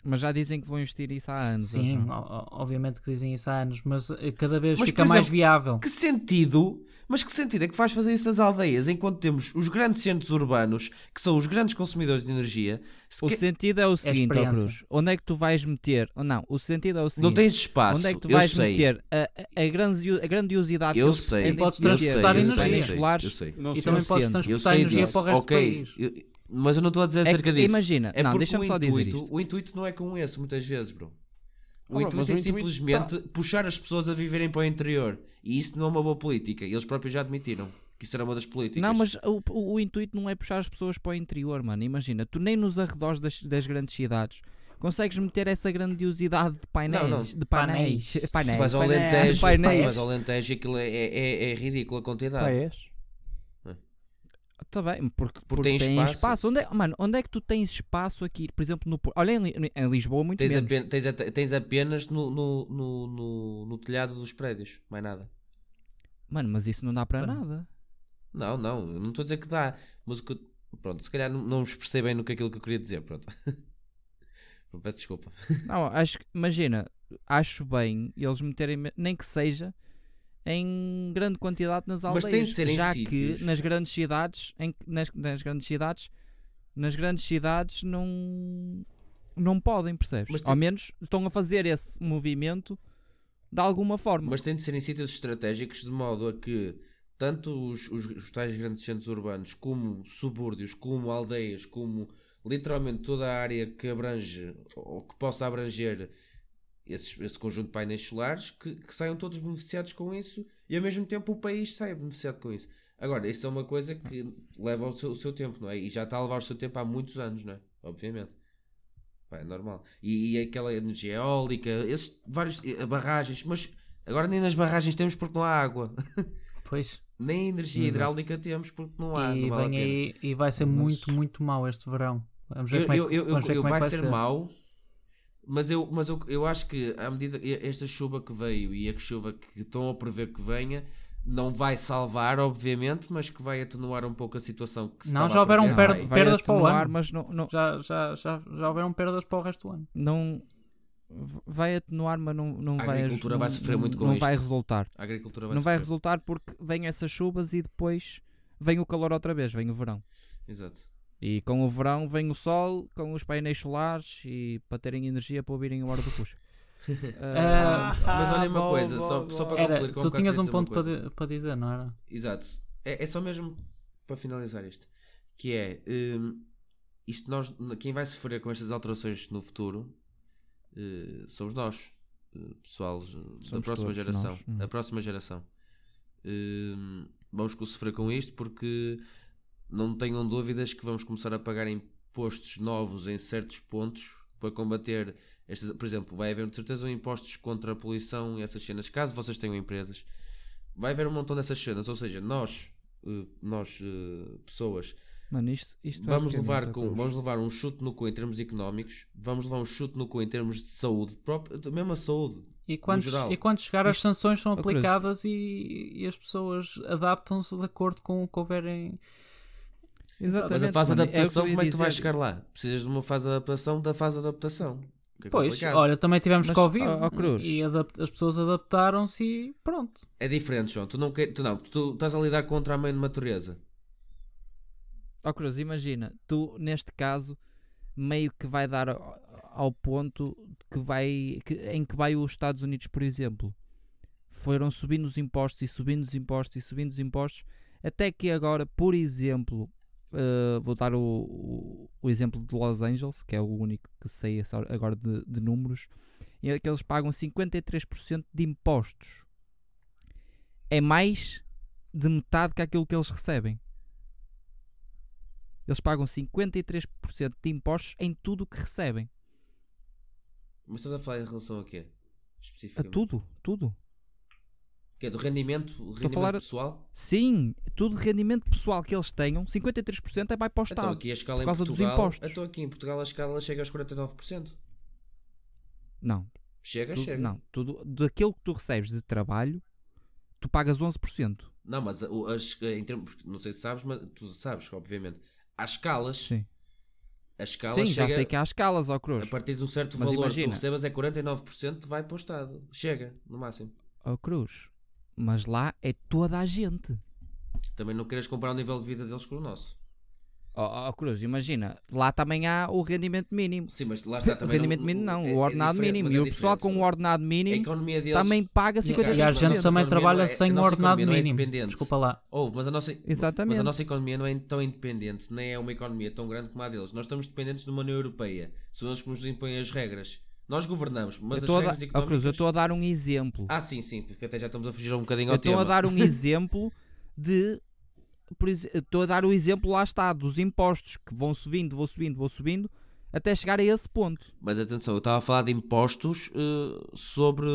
Speaker 3: Mas já dizem que vão investir isso há anos. ou
Speaker 2: Sim,
Speaker 3: não?
Speaker 2: o- o- obviamente que dizem isso há anos, mas eh, cada vez
Speaker 1: Uhum. Mas,
Speaker 2: fica
Speaker 1: por
Speaker 2: mais
Speaker 1: exemplo,
Speaker 2: viável.
Speaker 1: Que sentido? Mas que sentido é que faz fazer isso nas aldeias enquanto temos os grandes centros urbanos, que são os grandes consumidores de energia, se
Speaker 3: O
Speaker 1: que-
Speaker 3: sentido é o seguinte, ó
Speaker 2: experiência.
Speaker 3: Cruz, onde é que tu vais meter? ou Não, o sentido é o seguinte.
Speaker 1: não tens espaço.
Speaker 3: Onde é que tu
Speaker 1: eu
Speaker 3: vais
Speaker 1: sei,
Speaker 3: meter a, a, a grandiosi- a grandiosidade
Speaker 1: Eu
Speaker 3: que eles
Speaker 1: sei,
Speaker 3: pretendem
Speaker 2: E podes
Speaker 3: meter
Speaker 2: transportar
Speaker 1: eu
Speaker 3: nos
Speaker 1: sei,
Speaker 3: painéis
Speaker 2: energia.
Speaker 3: solares?
Speaker 1: Eu sei, eu sei.
Speaker 4: Não
Speaker 2: E então,
Speaker 4: sei.
Speaker 2: também
Speaker 3: eu
Speaker 2: podes
Speaker 3: sinto,
Speaker 1: Eu
Speaker 2: transportar
Speaker 1: sei
Speaker 2: energia
Speaker 1: disso.
Speaker 2: para o resto
Speaker 1: ok,
Speaker 2: do país.
Speaker 1: eu- mas eu não estou a dizer
Speaker 3: É
Speaker 1: acerca
Speaker 3: que-
Speaker 1: disso.
Speaker 3: imagina,
Speaker 1: é
Speaker 3: não,
Speaker 1: porque
Speaker 3: deixa-me
Speaker 1: o
Speaker 3: só dizer
Speaker 1: intuito-
Speaker 3: isto.
Speaker 1: O intuito não é como esse, muitas vezes, bro. O
Speaker 4: bro, mas
Speaker 1: intuito
Speaker 4: o
Speaker 1: é
Speaker 4: intuito
Speaker 3: tá.
Speaker 1: simplesmente puxar as pessoas a viverem para o interior. E isso não é uma boa política. Eles próprios já admitiram. Que isso era uma das políticas.
Speaker 3: Não, mas o, o- o intuito não é puxar as pessoas para o interior, mano. Imagina, tu nem nos arredores das, das grandes cidades consegues meter essa grandiosidade de painéis.
Speaker 1: Não, não.
Speaker 3: De painéis.
Speaker 2: Painéis.
Speaker 3: Painéis.
Speaker 1: Tu vais ao
Speaker 3: painéis,
Speaker 1: Alentejo,
Speaker 3: painéis.
Speaker 1: tu vais ao Alentejo e aquilo é, é, é ridículo a quantidade.
Speaker 3: Tá bem, porque, porque
Speaker 1: tem
Speaker 3: tem,
Speaker 1: espaço.
Speaker 3: espaço. Onde é, mano, onde é que tu tens espaço aqui? Por exemplo, no Porto. Olha, em, Li- em Lisboa, muito
Speaker 1: Tens,
Speaker 3: menos.
Speaker 1: apen- tens ate- tens apenas no, no, no, no- no telhado dos prédios, mais nada.
Speaker 3: Mano, mas isso não dá
Speaker 1: Tá.
Speaker 3: para
Speaker 2: Pá.
Speaker 3: nada.
Speaker 1: Não, não, eu não estou a dizer que dá. Mas o que eu- pronto, se calhar não, não vos percebem no que é aquilo que eu queria dizer, pronto. Peço desculpa.
Speaker 3: Não, acho que, imagina, acho bem eles meterem, me- nem que seja, em grande quantidade nas
Speaker 1: Mas
Speaker 3: aldeias.
Speaker 1: tem de ser em
Speaker 3: já que
Speaker 1: sítios.
Speaker 3: nas grandes cidades, em, que- nas, nas grandes cidades, nas grandes cidades não não podem, percebes?
Speaker 1: Mas
Speaker 3: Ao
Speaker 1: tem-
Speaker 3: menos estão a fazer esse movimento de alguma forma.
Speaker 1: Mas tem de ser em sítios estratégicos de modo a que tanto os, os, os tais grandes centros urbanos, como subúrbios, como aldeias, como literalmente toda a área que abrange ou que possa abranger esses- esse conjunto de painéis solares, que, que saiam todos beneficiados com isso e ao mesmo tempo o país saia beneficiado com isso. Agora, isso é uma coisa que leva o seu, o seu tempo, não é? E já está a levar o seu tempo há muitos anos, não é? Obviamente. Pá, é normal. E, e aquela energia eólica, esses vários eh, barragens, mas agora nem nas barragens temos porque não há água.
Speaker 2: Pois.
Speaker 1: Nem energia
Speaker 3: Exato.
Speaker 1: hidráulica temos porque não há.
Speaker 2: e,
Speaker 1: não vale a
Speaker 2: vem
Speaker 1: pena.
Speaker 2: aí, e vai ser
Speaker 3: Mas-
Speaker 2: muito, muito mau este verão. Vamos
Speaker 1: Eu,
Speaker 2: ver como é que,
Speaker 1: eu, eu,
Speaker 2: vamos ver
Speaker 1: eu-
Speaker 2: como é que
Speaker 1: vai
Speaker 2: vai
Speaker 1: ser mau, mas, eu, mas eu, eu acho que à medida e- esta chuva que veio e a chuva que estão a prever que venha, não vai salvar, obviamente, mas que vai atenuar um pouco a situação que se
Speaker 2: Não,
Speaker 1: estava
Speaker 2: já
Speaker 1: a
Speaker 2: houveram
Speaker 1: prever.
Speaker 2: per-
Speaker 3: vai- vai
Speaker 2: perdas para o
Speaker 3: atenuar,
Speaker 2: ano.
Speaker 3: mas não, não,
Speaker 2: Já, já, já, já houveram perdas para o resto do ano.
Speaker 3: não v- vai atenuar, mas não, não
Speaker 1: A
Speaker 3: vai
Speaker 1: agricultura vai
Speaker 3: não-
Speaker 1: sofrer muito com
Speaker 3: não vai
Speaker 1: isto.
Speaker 3: resultar.
Speaker 1: A agricultura vai
Speaker 3: não vai
Speaker 1: sofrer.
Speaker 3: resultar porque vêm essas chuvas e depois vem o calor outra vez, vem o verão.
Speaker 1: Exato.
Speaker 3: E com o verão vem o sol, com os painéis solares e para terem energia para ouvirem a hora do puxo. Ah,
Speaker 1: mas olha uma
Speaker 4: boa,
Speaker 1: coisa,
Speaker 4: boa,
Speaker 1: só,
Speaker 4: boa.
Speaker 1: só para
Speaker 2: Era,
Speaker 1: concluir com
Speaker 2: tu
Speaker 1: o que eu
Speaker 2: tinhas
Speaker 1: queria
Speaker 2: um
Speaker 1: dizer uma
Speaker 2: ponto para,
Speaker 1: coisa.
Speaker 2: di- para dizer, não era?
Speaker 1: Exato. É, é só mesmo para finalizar isto. Que é hum, isto nós, quem vai sofrer com estas alterações no futuro eh, somos nós, eh, pessoal da
Speaker 3: Somos
Speaker 1: próxima
Speaker 3: todos
Speaker 1: geração.
Speaker 3: nós, hum.
Speaker 1: A próxima geração. Hum, vamos co- sofrer com isto porque não tenham dúvidas que vamos começar a pagar impostos novos em certos pontos para combater estas, por exemplo, vai haver de certeza um impostos contra a poluição e essas cenas, caso vocês tenham empresas vai haver um montão dessas cenas, ou seja, nós, eh, nós eh, pessoas,
Speaker 3: Mano, isto, isto
Speaker 1: vamos
Speaker 3: basicamente
Speaker 1: levar,
Speaker 3: é
Speaker 1: com-
Speaker 3: para-
Speaker 1: vamos levar um chute no cu em termos económicos, vamos levar um chute no cu em termos de saúde, própria, mesmo a saúde.
Speaker 2: E quando,
Speaker 1: geral. é
Speaker 2: e quando chegar, as
Speaker 3: Isto-
Speaker 2: sanções são
Speaker 3: Oh, Cruz.
Speaker 2: aplicadas e, e as pessoas adaptam-se de acordo com o que houverem.
Speaker 3: Exatamente,
Speaker 1: Mas a fase de
Speaker 3: mano, é o que
Speaker 1: adaptação,
Speaker 3: eu ia
Speaker 1: como é que tu vais
Speaker 3: dizer.
Speaker 1: chegar lá? Precisas de uma fase de adaptação da fase de adaptação. que é
Speaker 2: Pois,
Speaker 1: complicado.
Speaker 2: olha, também tivemos
Speaker 3: Mas,
Speaker 2: Covid
Speaker 3: ó, ó, Cruz.
Speaker 2: e adap- as pessoas adaptaram-se e pronto.
Speaker 1: É diferente, João. Tu não, quer, tu não, tu estás a lidar contra a mãe de natureza.
Speaker 3: Ó Cruz, imagina, tu neste caso meio que vai dar ao, ao ponto que vai, que- em que vai os Estados Unidos, por exemplo. Foram subindo os impostos e subindo os impostos e subindo os impostos, até que agora, por exemplo, eh, vou dar o, o, o exemplo de Los Angeles, que é o único que sei essa hora- agora de, de números, e é que eles pagam 53% de impostos. É mais de metade que aquilo que eles recebem. Eles pagam 53% de impostos em tudo o que recebem.
Speaker 1: Mas estás a falar em relação a quê?
Speaker 3: A
Speaker 1: Especificamente.
Speaker 3: tudo, tudo.
Speaker 1: Que é do rendimento, o rendimento
Speaker 3: falar-
Speaker 1: pessoal?
Speaker 3: Sim, tudo de rendimento pessoal que eles tenham, 53% é vai para o
Speaker 1: Então
Speaker 3: Estado.
Speaker 1: aqui a escala
Speaker 3: por
Speaker 1: em
Speaker 3: causa dos
Speaker 1: Portugal.
Speaker 3: impostos.
Speaker 1: Então aqui em Portugal a escala chega aos 49%.
Speaker 3: Não,
Speaker 1: Chega,
Speaker 3: tudo,
Speaker 1: chega.
Speaker 3: não, tudo daquilo que tu recebes de trabalho, tu pagas 11%.
Speaker 1: Não, mas o- as, em termos, não sei se sabes, mas tu sabes, obviamente. Há escalas.
Speaker 3: Sim.
Speaker 1: A escala
Speaker 3: Sim,
Speaker 1: Então, chega
Speaker 3: já sei que há escalas ao cruz.
Speaker 1: a partir de um certo
Speaker 3: Mas
Speaker 1: valor que
Speaker 3: imagina.
Speaker 1: tu recebas é 49% vai para o Estado. Chega, no máximo.
Speaker 3: Ao cruz. Mas lá é toda a gente.
Speaker 1: Também não queres comparar o nível de vida deles com o nosso.
Speaker 3: Ó ó, cruz, imagina, lá também há o rendimento mínimo.
Speaker 1: Sim, mas lá está
Speaker 3: o
Speaker 1: também.
Speaker 3: rendimento mínimo não, o ordenado
Speaker 1: diferente,
Speaker 3: mínimo.
Speaker 1: mas
Speaker 3: E
Speaker 1: é
Speaker 3: o pessoal
Speaker 1: diferente.
Speaker 3: com o ordenado
Speaker 1: A
Speaker 3: mínimo
Speaker 1: economia deles.
Speaker 3: também paga
Speaker 2: E,
Speaker 3: 53%.
Speaker 2: e a gente
Speaker 1: A
Speaker 2: também
Speaker 1: economia não
Speaker 2: trabalha
Speaker 1: é- a
Speaker 2: sem um
Speaker 1: nossa
Speaker 2: ordenado
Speaker 1: economia não é
Speaker 2: mínimo.
Speaker 1: dependente.
Speaker 2: Desculpa lá.
Speaker 1: Houve, Oh, mas a nossa.
Speaker 3: Exatamente.
Speaker 1: Mas a nossa economia não é tão independente, nem é uma economia tão grande como a deles. Nós estamos dependentes de uma União Europeia. São eles que nos impõem as regras. Nós governamos, mas
Speaker 3: eu
Speaker 1: as
Speaker 3: estou É a,
Speaker 1: regras
Speaker 3: dar- ó,
Speaker 1: económicas...
Speaker 3: Cruz, eu estou a dar um exemplo.
Speaker 1: Ah, sim, sim, porque até já estamos a fugir um bocadinho
Speaker 3: eu
Speaker 1: ao
Speaker 3: estou
Speaker 1: tema.
Speaker 3: a dar um exemplo de por exe- estou a dar o exemplo lá está, dos impostos que vão subindo, vão subindo, vão subindo, até chegar a esse ponto.
Speaker 1: Mas atenção, eu estava a falar de impostos eh, sobre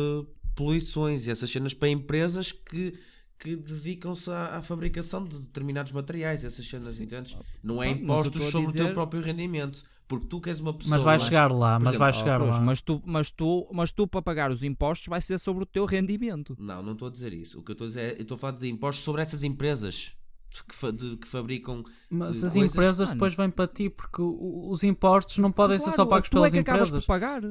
Speaker 1: poluições e essas cenas para empresas que, que dedicam-se à, à fabricação de determinados materiais, essas cenas, entendes? Não é
Speaker 3: Pronto, mas eu
Speaker 1: impostos
Speaker 3: estou a
Speaker 1: sobre o
Speaker 3: dizer-
Speaker 1: teu próprio rendimento, porque tu queres uma pessoa.
Speaker 2: Mas vai
Speaker 1: lá-
Speaker 2: chegar lá,
Speaker 1: por
Speaker 2: mas
Speaker 1: exemplo,
Speaker 2: vai
Speaker 1: oh,
Speaker 2: Ah, chegar
Speaker 3: Pois,
Speaker 2: lá.
Speaker 3: mas, tu, mas, tu, mas tu, para pagar os impostos, vai ser sobre o teu rendimento.
Speaker 1: Não, não estou a dizer isso. O que eu estou a dizer é, eu estou a falar de impostos sobre essas empresas que, fa- de- que fabricam.
Speaker 2: Mas
Speaker 1: de
Speaker 2: as
Speaker 1: coisas-
Speaker 2: empresas
Speaker 3: Mano.
Speaker 2: depois vêm para ti, porque o- os impostos não podem ser só
Speaker 3: Claro,
Speaker 2: pagos
Speaker 3: tu
Speaker 2: pelas
Speaker 3: é que acabas
Speaker 2: empresas.
Speaker 3: por pagar.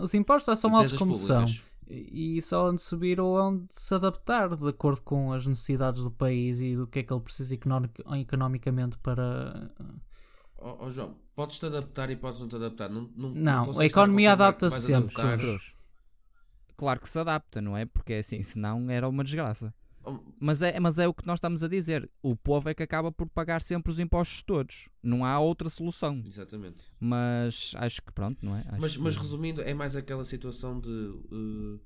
Speaker 2: Os impostos já são altos
Speaker 1: empresas
Speaker 2: como são.
Speaker 1: públicas.
Speaker 2: E só onde subir ou onde se adaptar, de acordo com as necessidades do país e do que é que ele precisa económico- economicamente para.
Speaker 1: Ó ó, João, podes te adaptar e podes não te adaptar. Não, não,
Speaker 2: Não,
Speaker 1: consegues
Speaker 2: a economia
Speaker 1: estar a confirmar que
Speaker 2: adapta-se
Speaker 1: vais
Speaker 2: sempre,
Speaker 1: adaptar.
Speaker 3: Cruz. Claro que se adapta, não é? Porque é assim, senão era uma desgraça.
Speaker 1: Oh,
Speaker 3: Mas é, mas é o que nós estamos a dizer. O povo é que acaba por pagar sempre os impostos todos. Não há outra solução.
Speaker 1: Exatamente.
Speaker 3: Mas acho que pronto, não é? Acho
Speaker 1: Mas,
Speaker 3: que-
Speaker 1: mas resumindo, é mais aquela situação de eh,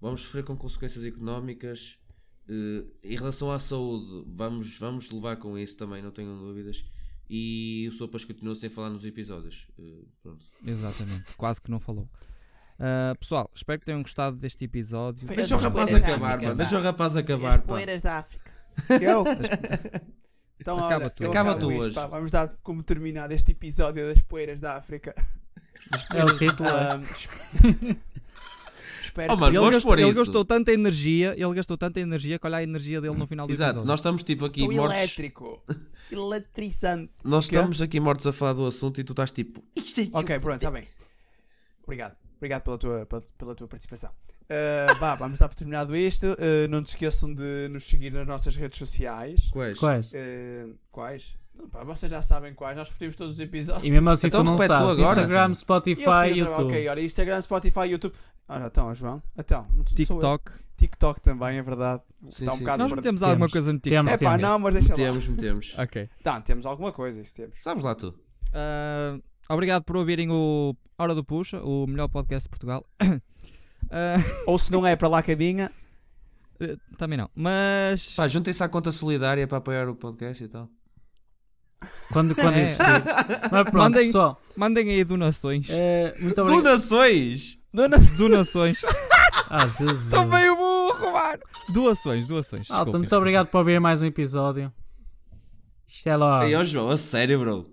Speaker 1: vamos sofrer com consequências económicas. eh, em relação à saúde, vamos, vamos levar com isso também, não tenham dúvidas. E o Sopas continua sem falar nos episódios. Eh, pronto.
Speaker 3: Exatamente, quase que não falou. Ah, pessoal, espero que tenham gostado deste episódio.
Speaker 4: Foi Deixa o rapaz acabar, mano,
Speaker 1: Deixa o rapaz acabar.
Speaker 5: da África.
Speaker 4: Eu? Então,
Speaker 3: Acaba
Speaker 4: olha,
Speaker 3: tu.
Speaker 4: eu
Speaker 1: Acaba
Speaker 4: acabo
Speaker 1: tu
Speaker 4: isto,
Speaker 1: hoje.
Speaker 4: pá. Vamos dar como terminado este episódio das poeiras da África.
Speaker 2: É o título. é.
Speaker 4: Ahm, es- espero
Speaker 1: Oh, mano,
Speaker 3: Ele,
Speaker 1: vamos
Speaker 3: gastou,
Speaker 1: pôr
Speaker 3: ele
Speaker 1: isso.
Speaker 3: gastou tanta energia, ele gastou tanta energia que olha a energia dele no final do
Speaker 1: Exato,
Speaker 3: episódio.
Speaker 1: nós estamos tipo
Speaker 4: que
Speaker 1: aqui
Speaker 4: o
Speaker 1: mortos.
Speaker 4: elétrico.
Speaker 5: Eletrizante.
Speaker 1: Nós
Speaker 4: Quê?
Speaker 1: estamos aqui mortos a falar do assunto e tu estás tipo. "Isto é que
Speaker 4: Ok,
Speaker 1: eu-
Speaker 4: pronto, está bem. Obrigado. Obrigado pela tua, pela, pela tua participação. Ah, vá, vamos dar por terminado isto. Ah, não te esqueçam de nos seguir nas nossas redes sociais.
Speaker 1: é-". Quais?
Speaker 2: Quais?
Speaker 4: Ah, quais? Pá, vocês já sabem quais. Nós repetimos todos os episódios.
Speaker 2: E mesmo assim
Speaker 1: Então
Speaker 2: tu não
Speaker 1: repete tu
Speaker 2: sabes.
Speaker 1: agora.
Speaker 2: Instagram,
Speaker 4: E
Speaker 2: Spotify,
Speaker 4: eu repeti outra-
Speaker 2: YouTube.
Speaker 4: Ok, olha, Instagram, Spotify, YouTube. Ora, então, João. Então, não sou eu.
Speaker 3: TikTok.
Speaker 4: TikTok também, é verdade. Está um
Speaker 1: sim.
Speaker 4: bocado
Speaker 3: Nós
Speaker 4: perdido.
Speaker 3: metemos alguma
Speaker 2: Temos.
Speaker 3: coisa no TikTok.
Speaker 2: Temos,
Speaker 4: É pá,
Speaker 2: temos.
Speaker 4: não, mas deixa lá.
Speaker 1: Metemos, metemos.
Speaker 3: Ok.
Speaker 4: Tá, temos alguma coisa, isso temos.
Speaker 1: Sabes lá tu.
Speaker 3: Ah, obrigado por ouvirem o Hora do Puxa, o melhor podcast de Portugal. Ah,
Speaker 4: Ou se não é para lá cabinha,
Speaker 3: eh, também não. Mas
Speaker 1: Pá, juntem-se à conta solidária para apoiar o podcast e tal.
Speaker 2: Quando, quando
Speaker 3: É.
Speaker 2: existir. Mas pronto,
Speaker 3: Mandem-
Speaker 2: pessoal.
Speaker 3: mandem aí donações.
Speaker 2: eh, muito obrigado.
Speaker 1: É, Donações!
Speaker 4: dona
Speaker 3: Donações.
Speaker 2: Ah, Jesus.
Speaker 3: Estou meio burro, mano. Doações, doações.
Speaker 2: Malta,
Speaker 3: desculpem.
Speaker 2: muito obrigado por ouvir mais um episódio. Isto é logo.
Speaker 1: Aí, ó João, a sério, bro.